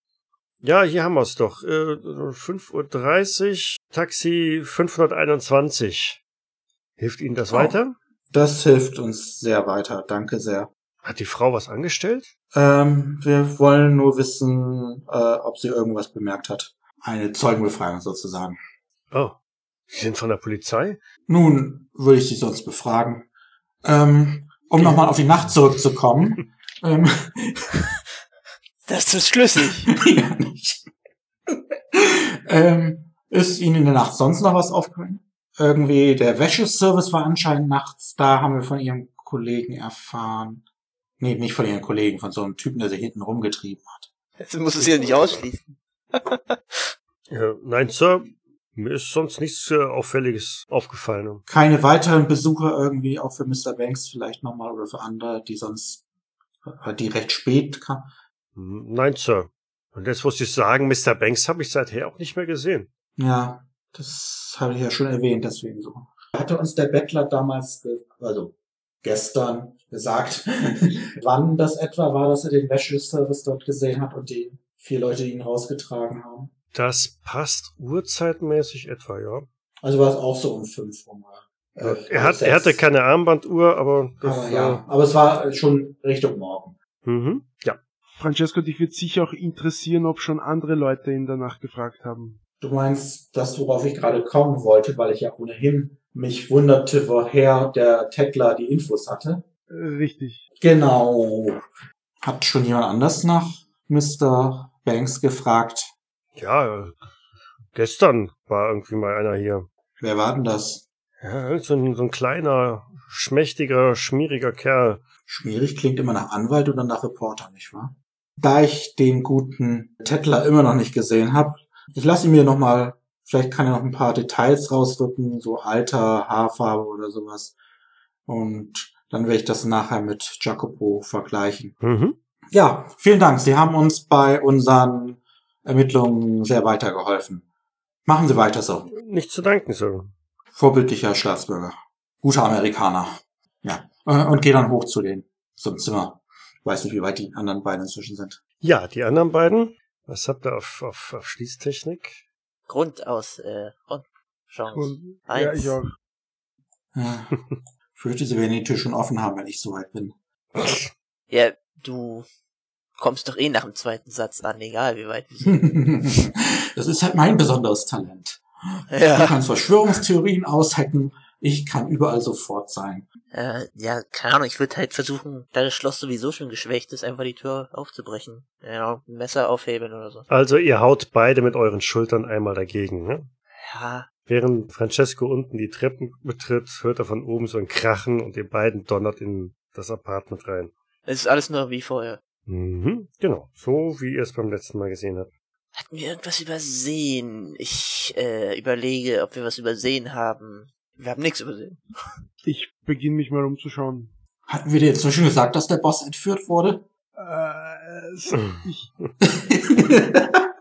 S1: Ja, hier haben wir es doch. Äh, 5.30 Uhr, Taxi 521. Hilft Ihnen das
S2: Oh.
S1: weiter?
S2: Das hilft uns sehr weiter. Danke sehr.
S1: Hat die Frau was angestellt?
S2: Ähm, wir wollen nur wissen, äh, ob sie irgendwas bemerkt hat. Eine Zeugenbefragung sozusagen.
S1: Oh. Sie sind von der Polizei?
S2: Nun würde ich Sie sonst befragen. Ähm, um nochmal auf die Nacht zurückzukommen. ähm,
S6: Das ist schlüssig.
S2: ja, nicht. ähm, ist Ihnen in der Nacht sonst noch was aufgefallen? Irgendwie der Wäscheservice war anscheinend nachts da, haben wir von Ihrem Kollegen erfahren. Nee, nicht von Ihrem Kollegen, von so einem Typen, der sich hinten rumgetrieben hat.
S6: Das muss es ja nicht ausschließen.
S1: Äh, nein, Sir. Mir ist sonst nichts äh, Auffälliges aufgefallen.
S2: Keine weiteren Besucher irgendwie, auch für Mr. Banks vielleicht nochmal oder für andere, die sonst, äh, die recht spät kamen.
S1: Hm, Nein, Sir. Und jetzt muss ich sagen, Mr. Banks habe ich seither auch nicht mehr gesehen.
S2: Ja, das habe ich ja schon erwähnt, deswegen so. Hatte uns der Bettler damals, ge- also gestern, gesagt, wann das etwa war, dass er den Wäscheservice dort gesehen hat und die vier Leute, die ihn rausgetragen haben.
S1: Das passt uhrzeitmäßig etwa, ja.
S2: Also war es auch so um fünf Uhr mal. Äh,
S1: er, hat, er hatte
S2: sechs.
S1: keine Armbanduhr, aber das
S2: Aber ja, aber es war äh, schon Richtung Morgen.
S1: äh, mhm, ja.
S4: Francesco, dich wird sicher auch interessieren, ob schon andere Leute ihn danach gefragt haben.
S2: Du meinst das, worauf ich gerade kommen wollte, weil ich ja ohnehin mich wunderte, woher der Tekler die Infos hatte.
S4: Richtig.
S2: Genau. Hat schon jemand anders nach Mr. Banks gefragt?
S1: Ja, äh, gestern war irgendwie mal einer hier.
S2: Wer war denn das?
S1: Ja, so ein, so ein kleiner, schmächtiger, schmieriger Kerl.
S2: Schmierig klingt immer nach Anwalt oder nach Reporter, nicht wahr? Da ich den guten Tettler immer noch nicht gesehen habe, ich lasse ihn mir nochmal, vielleicht kann er noch ein paar Details rausrücken, so Alter, Haarfarbe oder sowas. Und dann werde ich das nachher mit Jacopo vergleichen.
S1: Mhm.
S2: Ja, vielen Dank. Sie haben uns bei unseren Ermittlungen sehr weitergeholfen. Machen Sie weiter so.
S1: Nicht zu danken, Sir.
S2: Vorbildlicher Staatsbürger. Guter Amerikaner. Ja. Äh, Und geh dann hoch zu den, zum Zimmer. Weiß nicht, wie weit die anderen beiden inzwischen sind.
S1: Ja, die anderen beiden. Was habt ihr auf, auf, auf Schließtechnik?
S3: Grund aus, äh, und Chance.
S4: Cool. Ja,
S3: Eins.
S4: ich auch.
S2: Ja. Fürchte, sie werden die Tür schon offen haben, wenn ich soweit bin.
S3: Ja, du kommst doch eh nach dem zweiten Satz an, egal wie weit.
S2: das ist halt mein besonderes Talent. Ich
S3: Ja.
S2: kann Verschwörungstheorien aushacken. Ich kann überall sofort sein.
S3: Äh, ja, keine Ahnung, ich würde halt versuchen, da das Schloss sowieso schon geschwächt ist, einfach die Tür aufzubrechen. Ja, ein Messer aufhebeln oder so.
S1: Also ihr haut beide mit euren Schultern einmal dagegen, ne?
S3: Ja,
S1: Während Francesco unten die Treppen betritt, hört er von oben so ein Krachen und ihr beiden donnert in das Apartment rein.
S3: es ist alles nur wie vorher.
S1: Mhm, genau. So wie ihr es beim letzten Mal gesehen habt.
S3: Hatten wir irgendwas übersehen? Ich äh, überlege, ob wir was übersehen haben. Wir haben nichts übersehen.
S4: Ich beginne mich mal umzuschauen.
S2: Hatten wir dir inzwischen gesagt, dass der Boss entführt wurde?
S4: Äh, es- ich,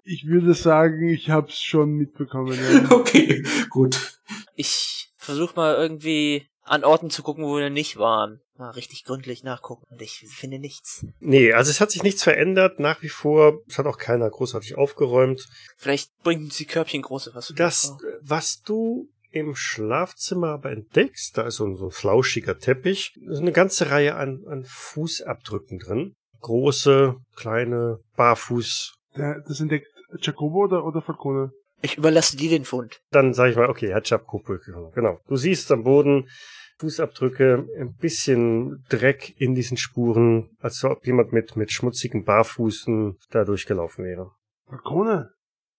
S4: ich würde sagen, ich hab's schon mitbekommen. Ja.
S2: okay, gut.
S3: Ich versuche mal irgendwie an Orten zu gucken, wo wir nicht waren. Mal richtig gründlich nachgucken. Und ich finde nichts.
S1: Nee, also es hat sich nichts verändert, nach wie vor. Es hat auch keiner großartig aufgeräumt.
S3: Vielleicht bringt uns die Körbchen große was.
S1: Das, äh, was du im Schlafzimmer aber entdeckst, da ist so ein, so ein flauschiger Teppich, ist eine ganze Reihe an, an Fußabdrücken drin. Große, kleine, barfuß.
S4: Der- Das entdeckt Jacobo oder, oder Falcone?
S3: Ich überlasse dir den Fund.
S1: Dann sage ich mal, okay, er hat Schapkopulke. Genau. Du siehst am Boden Fußabdrücke, ein bisschen Dreck in diesen Spuren, als ob jemand mit, mit schmutzigen Barfußen da durchgelaufen wäre.
S4: Falcone?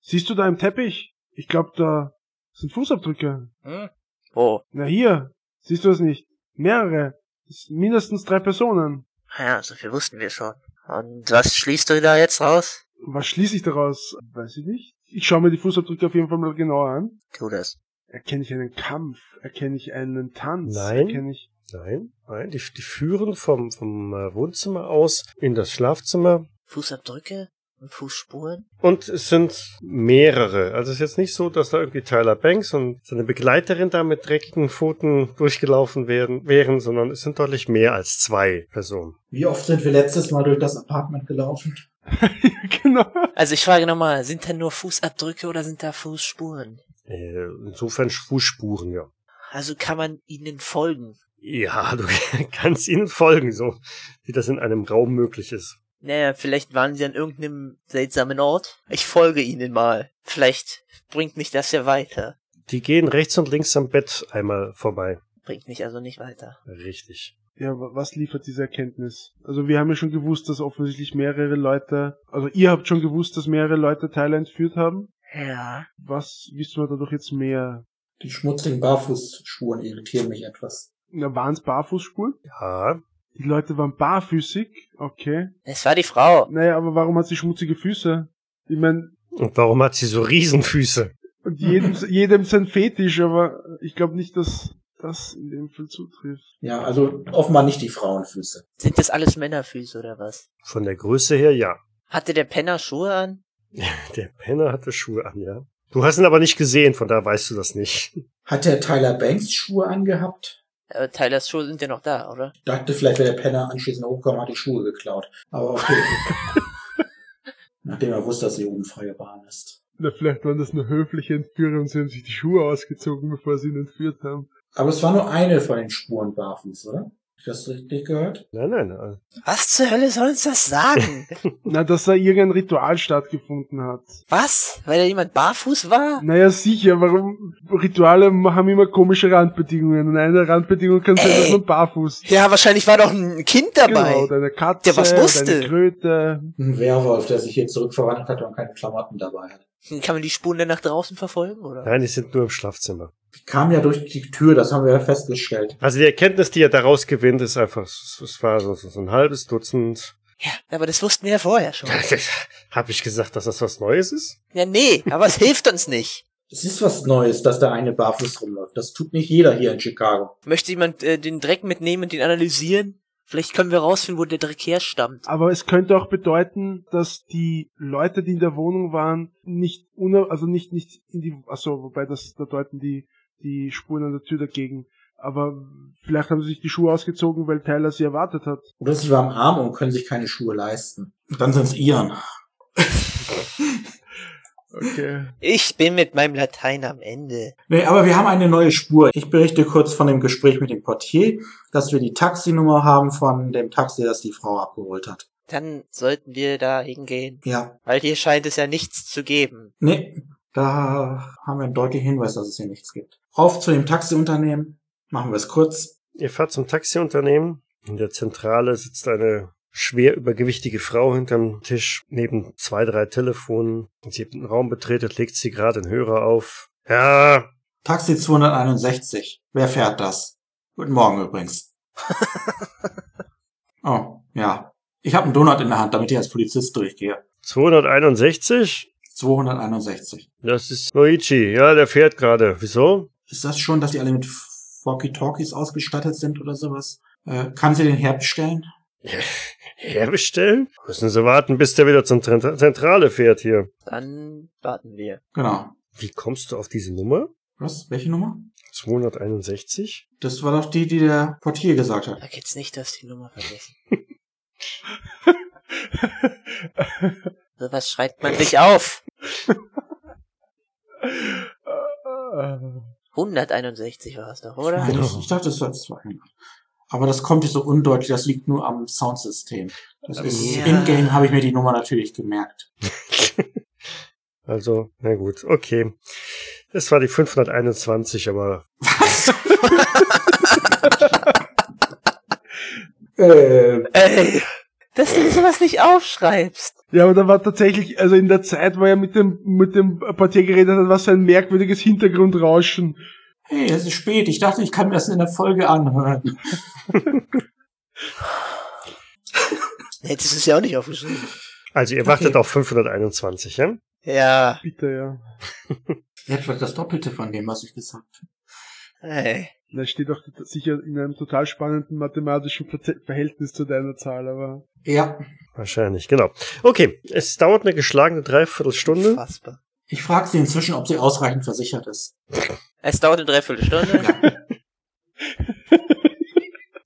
S4: Siehst du da im Teppich? Ich glaube, da sind Fußabdrücke.
S3: Hm? Wo?
S4: Na hier, siehst du es nicht? Mehrere. Das sind mindestens drei Personen.
S3: Ja, so viel wussten wir schon. Und was schließt du da jetzt raus?
S4: Was schließe ich daraus? Weiß ich nicht. Ich schaue mir die Fußabdrücke auf jeden Fall mal genauer an.
S3: Tu das.
S4: Erkenne ich einen Kampf? Erkenne ich einen Tanz?
S1: Nein.
S4: Erkenne ich...
S1: Nein, nein, die, die führen vom, vom äh, Wohnzimmer aus in das Schlafzimmer
S3: Fußabdrücke und Fußspuren?
S1: und es sind mehrere. Also es ist jetzt nicht so, dass da irgendwie Tyler Banks und seine Begleiterin da mit dreckigen Pfoten durchgelaufen werden, wären, sondern es sind deutlich mehr als zwei Personen.
S2: Wie oft sind wir letztes Mal durch das Apartment gelaufen?
S4: genau.
S3: Also ich frage nochmal, sind da nur Fußabdrücke oder sind da Fußspuren?
S1: Äh, insofern Fußspuren, ja.
S3: Also kann man ihnen folgen.
S1: Ja, du kannst ihnen folgen, so wie das in einem Raum möglich ist.
S3: Naja, vielleicht waren sie an irgendeinem seltsamen Ort. Ich folge ihnen mal. Vielleicht bringt mich das ja weiter.
S1: Die gehen rechts und links am Bett einmal vorbei.
S3: Bringt mich also nicht weiter.
S1: Richtig.
S4: Ja, wa- was liefert diese Erkenntnis? Also wir haben ja schon gewusst, dass offensichtlich mehrere Leute, also ihr habt schon gewusst, dass mehrere Leute Teile entführt haben.
S3: Ja.
S4: Was wissen wir dadurch jetzt mehr?
S2: Die schmutzigen Barfußspuren irritieren mich etwas.
S4: Na, waren es Barfußspuren?
S1: Ja,
S4: Die Leute waren barfüßig, okay.
S3: Es war die Frau.
S4: Naja, aber warum hat sie schmutzige Füße? Ich meine,
S1: und warum hat sie so Riesenfüße?
S4: und jedem, jedem sein Fetisch, aber ich glaube nicht, dass das in dem Fall zutrifft.
S2: Ja, also offenbar nicht die Frauenfüße.
S3: Sind das alles Männerfüße oder was?
S1: Von der Größe her, ja.
S3: Hatte der Penner Schuhe an?
S1: Der Penner hatte Schuhe an, ja. Du hast ihn aber nicht gesehen, von da weißt du das nicht.
S2: Hat der Tyler Banks Schuhe angehabt?
S3: Aber Tylers Schuhe sind ja noch da, oder?
S2: Dachte vielleicht, wäre der Penner anschließend hochgekommen, hat die Schuhe geklaut. Aber okay. Nachdem er wusste, dass sie jugendfreie Bahn ist.
S4: Na, vielleicht waren das nur höfliche Entführer und sie haben sich die Schuhe ausgezogen, bevor sie ihn entführt haben.
S2: Aber es war nur eine von den Spuren barfuß, oder? ich das richtig gehört?
S1: Nein, nein, nein.
S6: Was zur Hölle soll uns das sagen?
S4: Na, dass da irgendein Ritual stattgefunden hat.
S6: Was? Weil da jemand barfuß war?
S4: Naja, sicher, warum Rituale haben immer komische Randbedingungen. Und eine Randbedingung kann sein, dass man barfuß
S6: Ja, wahrscheinlich war doch ein Kind dabei.
S4: Genau, deine Katze,
S6: Der was wusste.
S4: deine Kröte.
S2: Ein Werwolf, der sich hier zurückverwandelt hat und keine Klamotten dabei hat.
S6: Kann man die Spuren dann nach draußen verfolgen, oder?
S1: Nein, die sind nur im Schlafzimmer.
S2: Die kam ja durch die Tür, das haben wir ja festgestellt.
S1: Also die Erkenntnis, die er daraus gewinnt, ist einfach, es es war so, so so ein halbes Dutzend.
S6: Ja, aber das wussten wir ja vorher schon.
S1: Hab ich gesagt, dass das was Neues ist?
S6: Ja, nee, aber es hilft uns nicht.
S2: Es ist was Neues, dass da eine barfuß rumläuft. Das tut nicht jeder hier in Chicago.
S3: Möchte jemand äh, den Dreck mitnehmen und den analysieren? Vielleicht können wir rausfinden, wo der Dreck herstammt.
S4: Aber es könnte auch bedeuten, dass die Leute, die in der Wohnung waren, nicht uner also nicht nicht in die also wobei das da deuten die die Spuren an der Tür dagegen. Aber vielleicht haben sie sich die Schuhe ausgezogen, weil Tyler sie erwartet hat.
S2: Oder sie waren arm und können sich keine Schuhe leisten. Dann sind's Iren.
S4: Okay.
S6: Ich bin mit meinem Latein am Ende.
S2: Nee, aber wir haben eine neue Spur. Ich berichte kurz von dem Gespräch mit dem Portier, dass wir die Taxinummer haben von dem Taxi, das die Frau abgeholt hat.
S6: Dann sollten wir da hingehen.
S2: Ja.
S6: Weil hier scheint es ja nichts zu geben.
S2: Nee, da haben wir einen deutlichen Hinweis, dass es hier nichts gibt. Auf zu dem Taxiunternehmen. Machen wir es kurz.
S1: Ihr fahrt zum Taxiunternehmen. In der Zentrale sitzt eine schwer übergewichtige Frau hinterm Tisch neben zwei, drei Telefonen. Sie hat den Raum betretet, legt sie gerade den Hörer auf. Ja,
S2: Taxi 261. Wer fährt das? Guten Morgen übrigens. oh, ja. Ich habe einen Donut in der Hand, damit ich als Polizist durchgehe.
S1: 261?
S2: 261.
S1: Das ist Luigi. Ja, der fährt gerade. Wieso?
S2: Ist das schon, dass die alle mit Walkie-Talkies ausgestattet sind oder sowas? Äh, kann sie den herbstellen?
S1: Herbestellen? Müssen Sie warten, bis der wieder zur Zentra- Zentrale fährt hier.
S6: Dann warten wir.
S2: Genau.
S1: Wie kommst du auf diese Nummer?
S2: Was? Welche Nummer?
S1: 261?
S2: Das war doch die, die der Portier gesagt hat.
S6: Sag jetzt nicht, dass die Nummer vergessen. So was schreibt man sich auf?
S4: Ah.
S6: 161 war es doch, oder?
S2: Nein, ich, ich dachte, es war 200. Aber das kommt jetzt so undeutlich, das liegt nur am Soundsystem. Das ist,
S6: Ja.
S2: in-game habe ich mir die Nummer natürlich gemerkt.
S1: Also, na gut, okay. Es war die 521, aber
S6: Ey, dass du dir sowas nicht aufschreibst.
S4: Ja, aber da war tatsächlich, also in der Zeit, wo er mit dem, mit dem Portier geredet hat, war so ein merkwürdiges Hintergrundrauschen.
S2: Hey, es ist spät, ich dachte, ich kann mir das in der Folge anhören.
S6: Hättest du es ja auch nicht aufgeschrieben.
S1: also ihr wartet auf 521, ja?
S6: Ja.
S4: Bitte, ja.
S2: Ihr habt das Doppelte von dem, was ich gesagt habe.
S6: Ey.
S4: Das steht doch sicher in einem total spannenden mathematischen Verze- Verhältnis zu deiner Zahl, aber
S2: Ja,
S1: Wahrscheinlich, genau. Okay, es dauert eine geschlagene Dreiviertelstunde.
S6: Unfassbar.
S2: ich frage sie inzwischen, ob sie ausreichend versichert ist.
S6: Es dauert eine Dreiviertelstunde.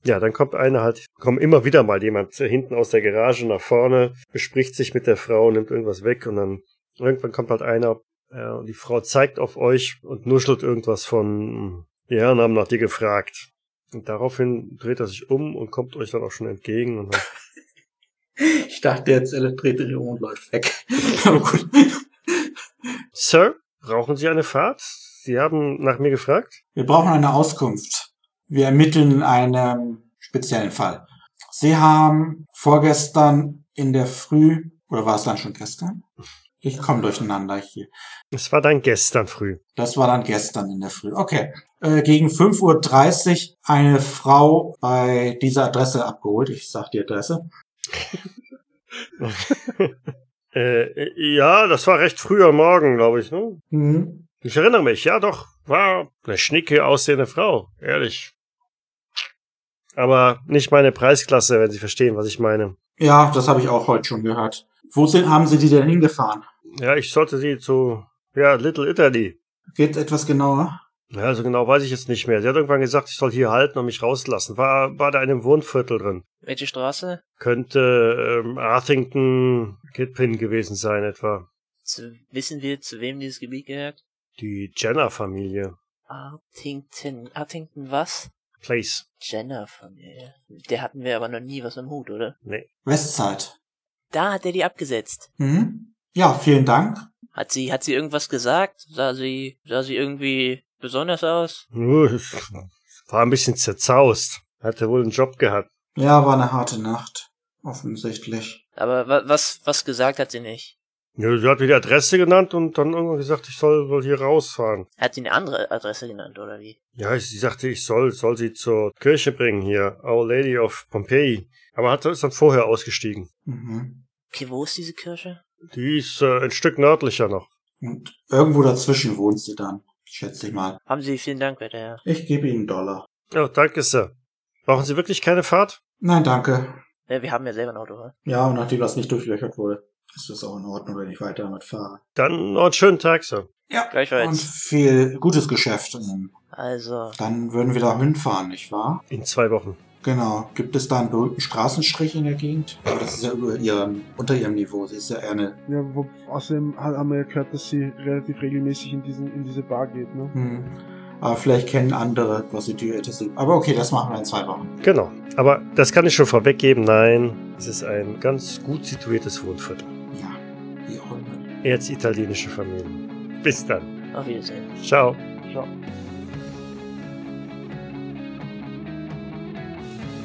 S1: Ja, dann kommt einer halt, kommt immer wieder mal jemand hinten aus der Garage nach vorne, bespricht sich mit der Frau, nimmt irgendwas weg und dann irgendwann kommt halt einer äh, und die Frau zeigt auf euch und nuschelt irgendwas von, die Herren haben nach dir gefragt. Und daraufhin dreht er sich um und kommt euch dann auch schon entgegen und dann
S2: Ich dachte, jetzt dreht ihre und läuft weg. Aber gut.
S1: Sir, brauchen Sie eine Fahrt? Sie haben nach mir gefragt?
S2: Wir brauchen eine Auskunft. Wir ermitteln in einem speziellen Fall. Sie haben vorgestern in der Früh, oder war es dann schon gestern? Ich komme durcheinander hier.
S1: Es war dann gestern früh.
S2: Das war dann gestern in der Früh. Okay. Äh, gegen 5.30 Uhr eine Frau bei dieser Adresse abgeholt. Ich sag die Adresse.
S1: Äh, ja, das war recht früh am Morgen, glaube ich. Ne?
S2: Mhm.
S1: Ich erinnere mich, ja doch, war eine schnicke aussehende Frau, ehrlich. Aber nicht meine Preisklasse, wenn Sie verstehen, was ich meine.
S2: Ja, das habe ich auch heute schon gehört. Wo sind, haben Sie die denn hingefahren?
S1: Ja, ich sollte Sie zu, ja, Little Italy.
S2: Geht's etwas genauer?
S1: Ja, so genau weiß ich jetzt nicht mehr. Sie hat irgendwann gesagt, ich soll hier halten und mich rauslassen. War, war da in einem Wohnviertel drin.
S3: Welche Straße?
S1: Könnte ähm, Arthington Kidpin gewesen sein etwa.
S3: Zu, wissen wir, zu wem dieses Gebiet gehört?
S1: Die Jenner-Familie.
S3: Artington. Artington was?
S1: Place.
S3: Jenner-Familie. Mit Der hatten wir aber noch nie was im Hut, oder?
S2: Westside.
S3: Da hat er die abgesetzt.
S2: Mhm. Ja, vielen Dank.
S3: Hat sie, hat sie irgendwas gesagt? Sah sie, sah sie irgendwie besonders aus?
S1: War ein bisschen zerzaust. Hatte wohl einen Job gehabt.
S2: Ja, war eine harte Nacht. Offensichtlich.
S3: Aber wa was, was gesagt hat sie nicht?
S1: Ja, sie hat mir die Adresse genannt und dann irgendwann gesagt, ich soll, soll hier rausfahren.
S3: Hat sie eine andere Adresse genannt, oder wie?
S1: Ja, sie sagte, ich soll, soll sie zur Kirche bringen hier. Our Lady of Pompeii. Aber hat ist dann vorher ausgestiegen.
S2: Mhm.
S3: Okay, wo ist diese Kirche?
S1: Die ist äh, ein Stück nördlicher noch.
S2: Und irgendwo dazwischen wohnt sie dann, schätze ich mal.
S3: Haben Sie vielen Dank, werter Herr.
S2: Ich gebe Ihnen einen Dollar.
S1: Ja, danke, Sir. Brauchen Sie wirklich keine Fahrt?
S2: Nein, danke.
S3: Ja, wir haben ja selber ein Auto, oder?
S2: Ja, und nachdem das nicht durchlöchert wurde, ist das auch in Ordnung, wenn ich weiter damit fahre.
S1: Dann noch einen schönen Tag, Sir.
S2: Ja. Und
S3: Gleichfalls.
S2: viel gutes Geschäft. Ähm,
S3: Also,
S2: Dann würden wir da hinfahren, nicht wahr?
S1: In zwei Wochen.
S2: Genau. Gibt es da einen berühmten Straßenstrich in der Gegend? Aber das ist ja über ihrem, unter ihrem Niveau. Sie ist ja eher eine.
S4: Ja, wo, außerdem ha- haben wir ja gehört, dass sie relativ regelmäßig in, diesen, in diese Bar geht, ne?
S2: Hm. Aber vielleicht kennen andere Prostituierte sie. Aber okay, das machen wir in zwei Wochen.
S1: Genau. Aber das kann ich schon vorweggeben. Nein, es ist ein ganz gut situiertes Wohnviertel.
S2: Ja. Wie auch immer.
S1: Erzitalienische Familien. Bis dann.
S3: auf Wiedersehen.
S1: Ciao.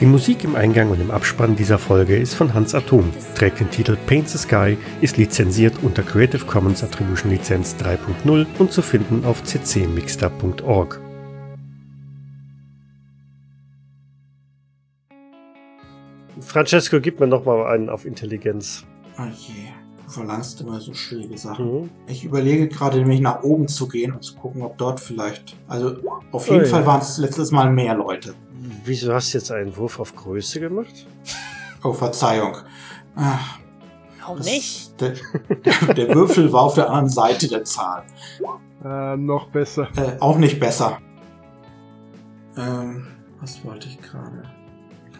S7: Die Musik im Eingang und im Abspann dieser Folge ist von Hans Atom, trägt den Titel Paint the Sky, ist lizenziert unter Creative Commons Attribution Lizenz 3.0 und zu finden auf ccmixter.org.
S1: Francesco, gib mir noch mal einen auf Intelligenz.
S2: Oh je. Du verlangst immer so schwierige Sachen.
S1: Mhm.
S2: Ich überlege gerade, nämlich nach oben zu gehen und zu gucken, ob dort vielleicht. Also, auf jeden
S1: Ui.
S2: Fall waren es letztes Mal mehr Leute.
S1: Wieso hast du jetzt einen Wurf auf Größe gemacht?
S2: Oh, Verzeihung. Ach,
S3: Warum
S2: das-
S3: nicht?
S2: Der, der, der Würfel war auf der anderen Seite der Zahl.
S4: Äh, noch besser.
S2: Äh, auch nicht besser. Ähm, was wollte ich gerade?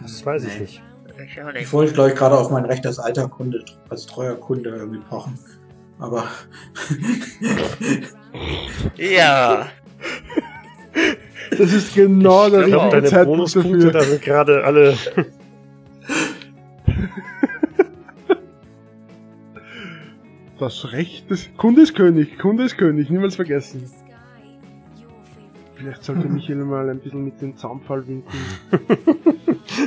S1: Das weiß ich
S2: Hm, Nee.
S1: nicht.
S3: Ich auch
S2: Ich
S3: nicht.
S2: wollte, glaube ich, gerade auf mein Recht als alter Kunde, als treuer Kunde irgendwie pochen. Aber
S3: Ja.
S4: Das ist genau der
S1: ich glaub,
S4: richtige
S1: deine
S4: Zeitpunkt
S1: Bonuspunkte,
S4: dafür.
S1: da sind gerade alle.
S4: Das Recht des Kunde ist König, Kunde ist König, niemals vergessen. Vielleicht sollte Michael mal ein bisschen mit dem Zaunfall winken.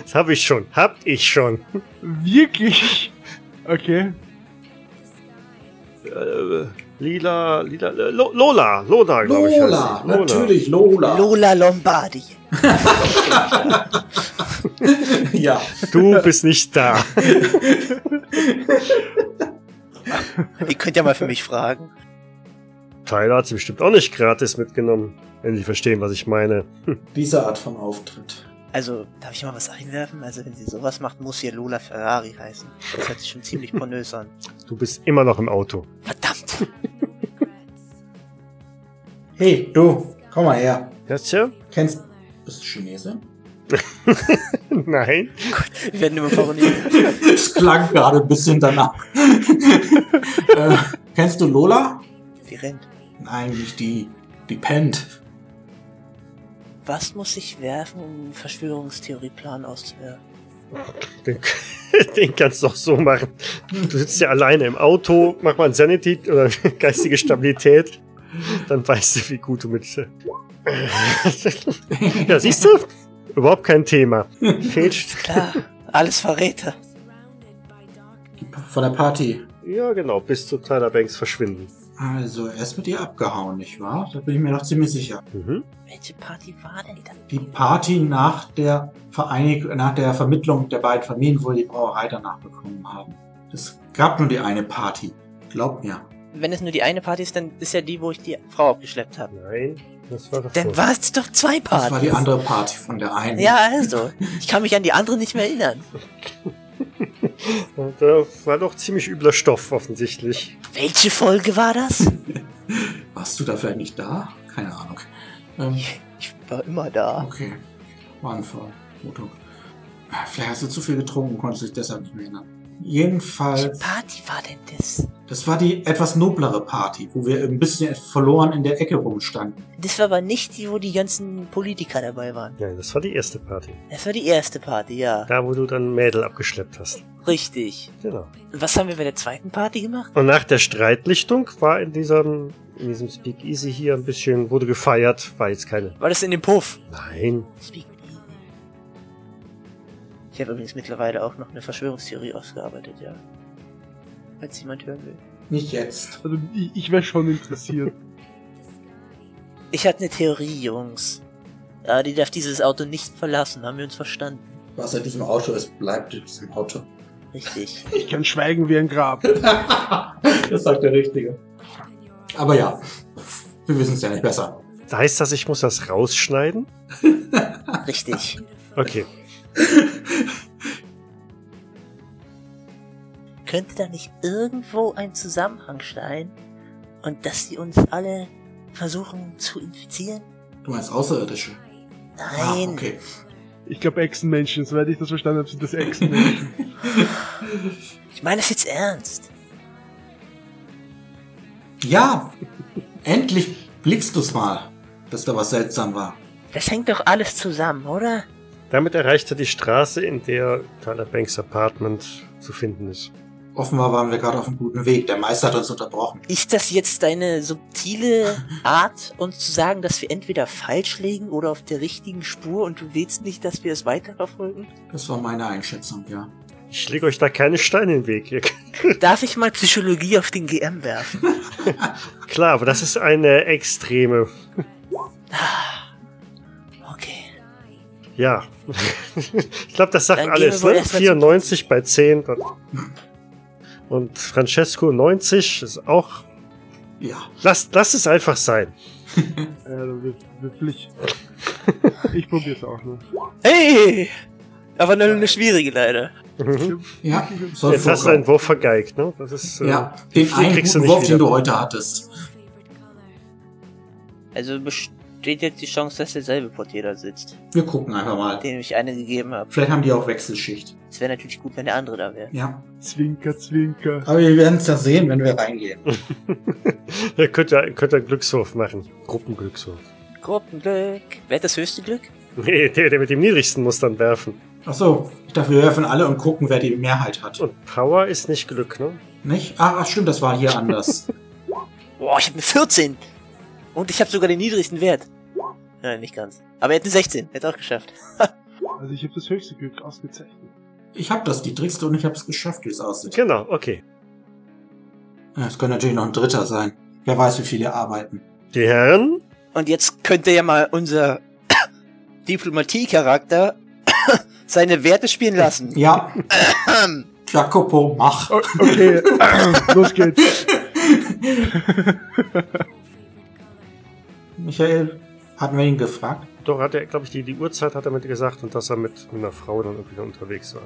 S1: Das habe ich schon. Hab ich schon.
S4: Wirklich? Okay.
S1: Äh, Lila, Lila, äh, Lo- Lola, Lola, glaube ich. heißt
S2: Lola,
S1: sie.
S2: natürlich Lola.
S6: Lola Lombardi.
S2: ja.
S1: Du bist nicht da.
S3: Ihr könnt ja mal für mich fragen.
S1: Tyler hat sie bestimmt auch nicht gratis mitgenommen. Wenn Sie verstehen, was ich meine.
S2: Diese Art von Auftritt.
S3: Also, darf ich mal was einwerfen? Also, wenn sie sowas macht, muss hier Lola Ferrari heißen. Das hört sich schon ziemlich pornös an.
S1: Du bist immer noch im Auto.
S3: Verdammt!
S2: Hey, du, komm mal her.
S1: Das ja?
S2: Kennst Bist du Chinese?
S1: Nein.
S3: Wir werden immer verunsichert.
S2: Es klang gerade ein bisschen danach. äh, kennst du Lola?
S3: Die rennt.
S2: Nein, nicht die. Die pennt.
S3: Was muss ich werfen, um einen Verschwörungstheorieplan auszuwerfen?
S1: Den, den kannst du doch so machen. Du sitzt ja alleine im Auto, mach mal einen Sanity oder geistige Stabilität. Dann weißt du, wie gut du mit. ja, siehst du? Überhaupt kein Thema. Fehlt.
S3: Klar, alles Verräter.
S2: Von der Party.
S1: Ja, genau, bis zu Tyler Banks verschwinden.
S2: Also, er ist mit ihr abgehauen, nicht wahr? Da bin ich mir noch ziemlich sicher.
S1: Mhm.
S3: Welche Party war denn das?
S2: Die Party nach der Vereinig nach der Vermittlung der beiden Familien, wo die Brauerei danach bekommen haben. Es gab nur die eine Party. Glaub mir.
S3: Wenn es nur die eine Party ist, dann ist ja die, wo ich die Frau abgeschleppt habe.
S1: Nein, das war doch.
S3: Dann
S1: so.
S3: war es doch zwei
S2: Das war die
S3: Partys.
S2: andere Party von der einen.
S3: Ja, also. Ich kann mich an die andere nicht mehr erinnern.
S1: Und da war doch ziemlich übler Stoff offensichtlich.
S8: Welche Folge war das?
S2: Warst du da vielleicht nicht da? Keine Ahnung. Ähm,
S3: Ich war immer da.
S2: okay. War eine Vermutung. Vielleicht hast du zu viel getrunken und konntest dich deshalb nicht mehr erinnern.
S3: Welche
S2: Jedenfalls,
S3: Party war denn das?
S2: das war die etwas noblere Party, wo wir ein bisschen verloren in der Ecke rumstanden.
S3: Das war aber nicht die, wo die ganzen Politiker dabei waren.
S1: Ja, das war die erste Party.
S3: Das war die erste Party, ja.
S1: Da, wo du dann Mädel abgeschleppt hast.
S3: Richtig.
S1: Genau.
S3: Und was haben wir bei der zweiten Party gemacht?
S1: Und nach der Streitlichtung war in diesem, in diesem Speakeasy hier ein bisschen, wurde gefeiert, war jetzt keine.
S8: War das in dem Puff?
S1: Nein.
S3: Speak Easy. Ich habe übrigens mittlerweile auch noch eine Verschwörungstheorie ausgearbeitet, ja. Falls jemand hören will.
S2: Nicht jetzt.
S4: Also ich, ich wäre schon interessiert.
S3: Ich hatte eine Theorie, Jungs. Ja, die darf dieses Auto nicht verlassen, haben wir uns verstanden.
S2: Was in diesem Auto ist, bleibt in diesem Auto.
S3: Richtig.
S4: Ich kann schweigen wie ein Grab.
S2: das sagt der Richtige. Aber ja, wir wissen es ja nicht besser.
S1: Heißt das, ich muss das rausschneiden?
S3: Richtig.
S1: Okay.
S3: Könnte da nicht irgendwo ein Zusammenhang sein? Und dass sie uns alle versuchen zu infizieren?
S2: Du meinst Außerirdische?
S3: Nein.
S2: Ah, okay.
S4: Ich glaube Echsenmenschen, soweit ich das verstanden habe, sind das Echsenmenschen.
S3: Ich meine das jetzt ernst.
S2: Ja, endlich blickst du's mal, dass da was seltsam war.
S3: Das hängt doch alles zusammen, oder?
S1: Damit erreicht er die Straße, in der Tyler Banks Apartment zu finden ist.
S2: Offenbar waren wir gerade auf einem guten Weg. Der Meister hat uns unterbrochen.
S3: Ist das jetzt deine subtile Art, uns zu sagen, dass wir entweder falsch liegen oder auf der richtigen Spur und du willst nicht, dass wir es weiterverfolgen?
S2: Das war meine Einschätzung, ja.
S1: Ich lege euch da keine Steine in den Weg. Ihr-
S3: Darf ich mal Psychologie auf den GM werfen?
S1: Klar, aber das ist eine extreme.
S3: Okay.
S1: Ja. ich glaube, das sagt
S3: Dann gehen wir
S1: alles.
S3: wohl
S1: Ne?
S3: erstmal
S1: 94 bei 10. Und Francesco 90 ist auch.
S2: Ja,
S1: Lasst, lasst es einfach sein.
S4: Äh, wir- wirklich. Ich probier's auch noch.
S3: Hey! Aber nur eine schwierige leider.
S1: Mhm.
S2: ja. Soll
S1: Jetzt hast du
S2: vorkommen.
S1: einen Wurf vergeigt, ne? Das ist. äh,
S2: Ja, den einen
S1: kriegst du
S2: guten
S1: nicht
S2: Wurf, den
S1: wieder.
S2: du heute hattest.
S3: Also besteht jetzt die Chance, dass derselbe Portierer sitzt,
S2: Wir gucken einfach mal.
S3: dem ich eine gegeben habe.
S2: Vielleicht haben die auch Wechselschicht.
S3: Es wäre natürlich gut, wenn der andere da wäre.
S2: Ja.
S4: Zwinker, Zwinker.
S2: Aber wir werden es ja sehen, wenn wir reingehen.
S1: Ihr könnt ja könnt ja einen Glückswurf machen. Gruppenglückswurf.
S3: Gruppenglück. Wer hat das höchste Glück?
S1: Nee, der, der mit dem niedrigsten muss dann werfen.
S2: Ach so, ich dachte, wir werfen alle und gucken, wer die Mehrheit hat.
S1: Und Power ist nicht Glück, ne?
S2: Nicht? Ach, ach, stimmt, das war hier anders.
S3: Boah, ich habe eine 14. Und ich habe sogar den niedrigsten Wert. Nein, nicht ganz. Aber er hat eine 16. Er hat auch geschafft.
S4: Also ich habe das höchste Glück ausgezeichnet.
S2: Ich hab das, die Trickste, und ich hab's geschafft, wie es aussieht.
S1: Genau, okay.
S2: Ja, Es könnte natürlich noch ein Dritter sein. Wer weiß, wie viele arbeiten.
S1: Die Herren?
S3: Und jetzt könnte ja mal unser Diplomatiecharakter seine Werte spielen lassen.
S2: Ja, Jacopo, mach.
S1: Oh.
S4: O- Okay, los geht's.
S2: Michael, hatten wir ihn gefragt?
S1: Doch, hat er, glaube ich, die, die Uhrzeit hat er mit gesagt und dass er mit einer Frau dann irgendwie unterwegs war.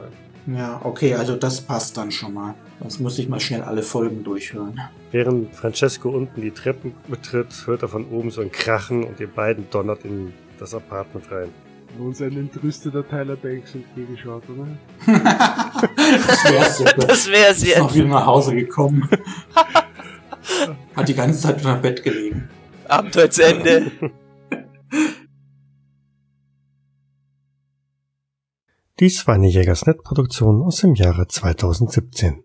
S2: Ja, okay, also das passt dann schon mal. Sonst muss ich mal schnell alle Folgen durchhören.
S1: Während Francesco unten die Treppen betritt, hört er von oben so ein Krachen und ihr beiden donnert in das Apartment rein.
S4: Wo uns ein entrüsteter Tyler Banks entgegenschaut, oder?
S2: Das wär's super.
S3: Das wär's
S2: Ist noch
S3: jetzt.
S2: wieder nach Hause gekommen. Hat die ganze Zeit unter dem Bett gelegen.
S3: Abenteuer zu Ende.
S9: Dies war eine Jägersnet-Produktion aus dem Jahre 2017.